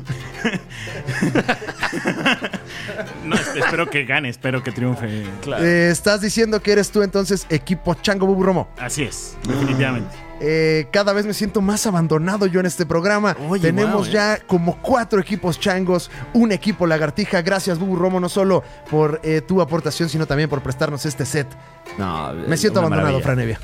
No, es- espero que gane, espero que triunfe. Eh, estás diciendo que eres tú entonces equipo chango Bubu Romo. Así es, definitivamente. Eh, cada vez me siento más abandonado yo en este programa. Oye, Tenemos wow, eh. ya como cuatro equipos changos, un equipo lagartija. Gracias, Bubu Romo, no solo por eh, tu aportación, sino también por prestarnos este set. No, Me es siento Eh, una abandonado, maravilla. Franevia.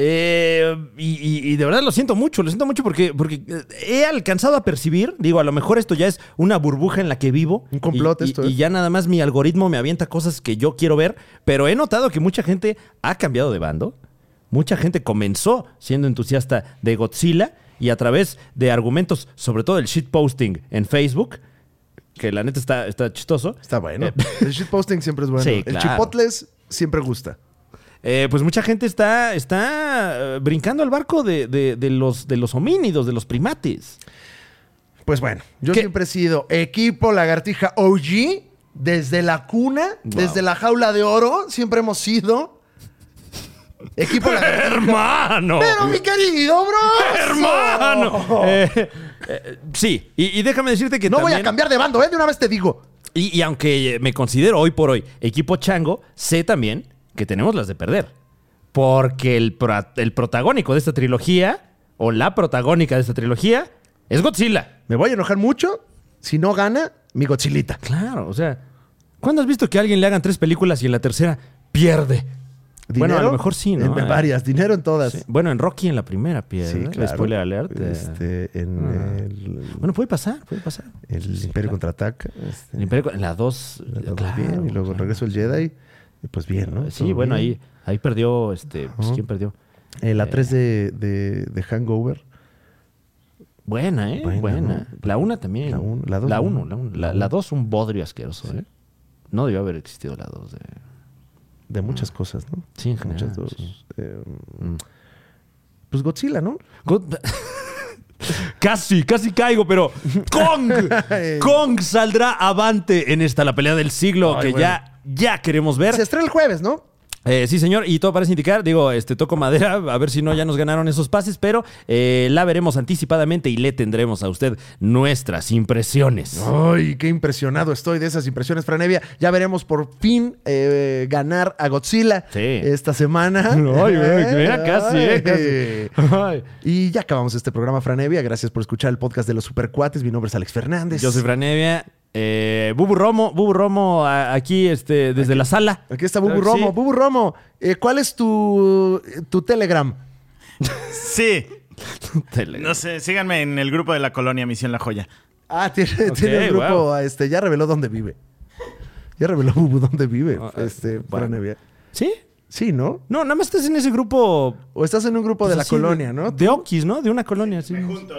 Eh, y, y- y de verdad lo siento mucho, lo siento mucho porque, porque eh, he alcanzado a percibir, digo, a lo mejor esto ya es una burbuja en la que vivo. Un complot y, y- esto ¿eh? es. y ya nada más mi algoritmo me avienta cosas que yo quiero ver, pero he notado que mucha gente ha cambiado de bando. Mucha gente comenzó siendo entusiasta de Godzilla y a través de argumentos, sobre todo el shitposting en Facebook, que la neta está, está chistoso. Está bueno. Eh, El shitposting siempre es bueno. Sí, El claro. chipotles siempre gusta. Eh, pues mucha gente está, está eh, brincando al barco de, de- de los, de los homínidos, de los primates. Pues bueno, yo ¿Qué? siempre he sido equipo lagartija OG desde la cuna, desde la jaula de oro, siempre hemos sido equipo lagartija. ¡Hermano! Pero mi querido bro. ¡Hermano! Eh, eh, sí, y, y déjame decirte que No voy a también- cambiar de bando, ¿eh? De una vez te digo. Y, y aunque eh, me considero hoy por hoy equipo chango, sé también que tenemos las de perder. Porque el, pro- el protagónico de esta trilogía, o la protagónica de esta trilogía, es Godzilla. Me voy a enojar mucho si no gana mi gochilita. Claro, o sea, ¿cuándo has visto que a alguien le hagan tres películas y en la tercera pierde? Bueno, a lo mejor sí, ¿no? Ah, Eh, En varias, dinero en todas. Sí. Bueno, en Rocky en la primera pierde. Sí, claro. Spoiler alert. eh. Ah. Este, en el, Bueno, puede pasar, puede pasar. el Imperio contraataca. este, El Imperio- en la dos. la dos claro, bien, y luego claro. regreso el Jedi. y Pues bien, ¿no? Sí, Todo bueno, ahí, bien. ahí perdió, este, pues, Ajá. ¿quién perdió? Eh, la 3 de, de, de Hangover. Buena, ¿eh? Buena, Buena. La una también. La uno, la dos, La ¿no? uno, la uno. La- la dos, un bodrio asqueroso, ¿eh? No debió haber existido la dos. De... De muchas cosas, ¿no? Ah. Sí, en general, Muchas dos. sí. eh, pues Godzilla, ¿no? Good- Casi, casi caigo, pero Kong, Kong saldrá avante en esta la pelea del siglo Ay, que bueno. ya, ya queremos ver. Se estrena el jueves, ¿no? Eh, sí, señor, y todo parece indicar, digo, este toco madera, a ver si no ya nos ganaron esos pases, pero eh, la veremos anticipadamente y le tendremos a usted nuestras impresiones. Ay, qué impresionado estoy de esas impresiones, Franevia. Ya veremos por fin eh, ganar a Godzilla Sí. esta semana. Ay, mira, mira, casi, eh, Ay. casi. Ay. Y ya acabamos este programa, Franevia. Gracias por escuchar el podcast de los Supercuates. Mi nombre es Alex Fernández. Yo soy Franevia, Eh, Bubu Romo, Bubu Romo, a- aquí este, desde la sala. Aquí está Bubu Claro que Romo. sí. Bubu Romo, eh, ¿cuál es tu, tu Telegram? Sí. Tele- No sé, síganme en el grupo de la colonia Misión La Joya. Ah, tiene, Ok, tiene un grupo, wow. este, ya reveló dónde vive. Ya reveló Bubu dónde vive, Ah, este, bueno. Franevia. ¿Sí? Sí, ¿no? No, nada más estás en ese grupo. O estás en un grupo pues, de la así, colonia, ¿no? De Okis, ¿no? De una colonia, sí. Te junta,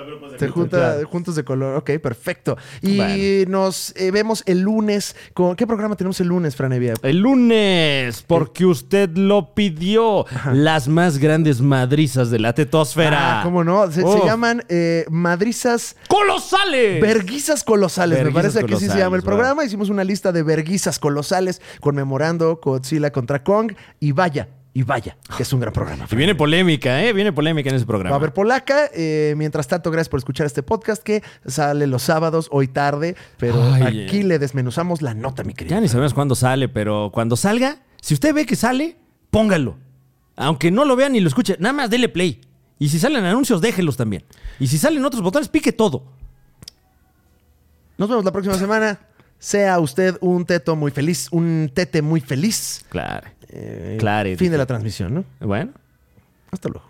Claro. juntos de color. Ok, perfecto. Y Bueno. nos eh, vemos el lunes. Con, ¿Qué programa tenemos el lunes, Franevia? El lunes, porque usted lo pidió. Las más grandes madrizas de la tetosfera. Ah, ¿Cómo no? Se, se Uf. llaman eh, madrizas ¡Colosales! Verguizas colosales, me Verguizas parece que así se colosales, llama el wow. programa. Hicimos una lista de verguizas colosales conmemorando Godzilla contra Kong. Y vaya, y vaya, que es un gran programa. Y viene polémica, ¿eh? Viene polémica en ese programa. Va a haber polaca. eh, mientras tanto, gracias por escuchar este podcast que sale los sábados, hoy tarde. Pero Ay, aquí eh. le desmenuzamos la nota, mi querido. Ya ni sabemos cuándo sale, pero cuando salga, si usted ve que sale, póngalo. Aunque no lo vea ni lo escuche, nada más dele play. Y si salen anuncios, déjelos también. Y si salen otros botones, pique todo. Nos vemos la próxima semana. Sea usted un teto muy feliz, un tete muy feliz. Claro. Eh, Claro, Fin de dije. la transmisión, ¿no? Bueno. Hasta luego.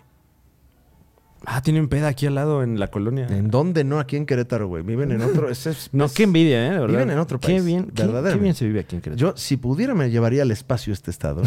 Ah, tienen peda aquí al lado en la colonia. ¿En dónde no? Aquí en Querétaro, güey. Viven en otro. ese es- No, es- qué envidia, ¿eh? De verdad. Viven en otro Qué país, bien, qué- qué, verdaderamente. bien se vive aquí en Querétaro. Yo, si pudiera, me llevaría al espacio este estado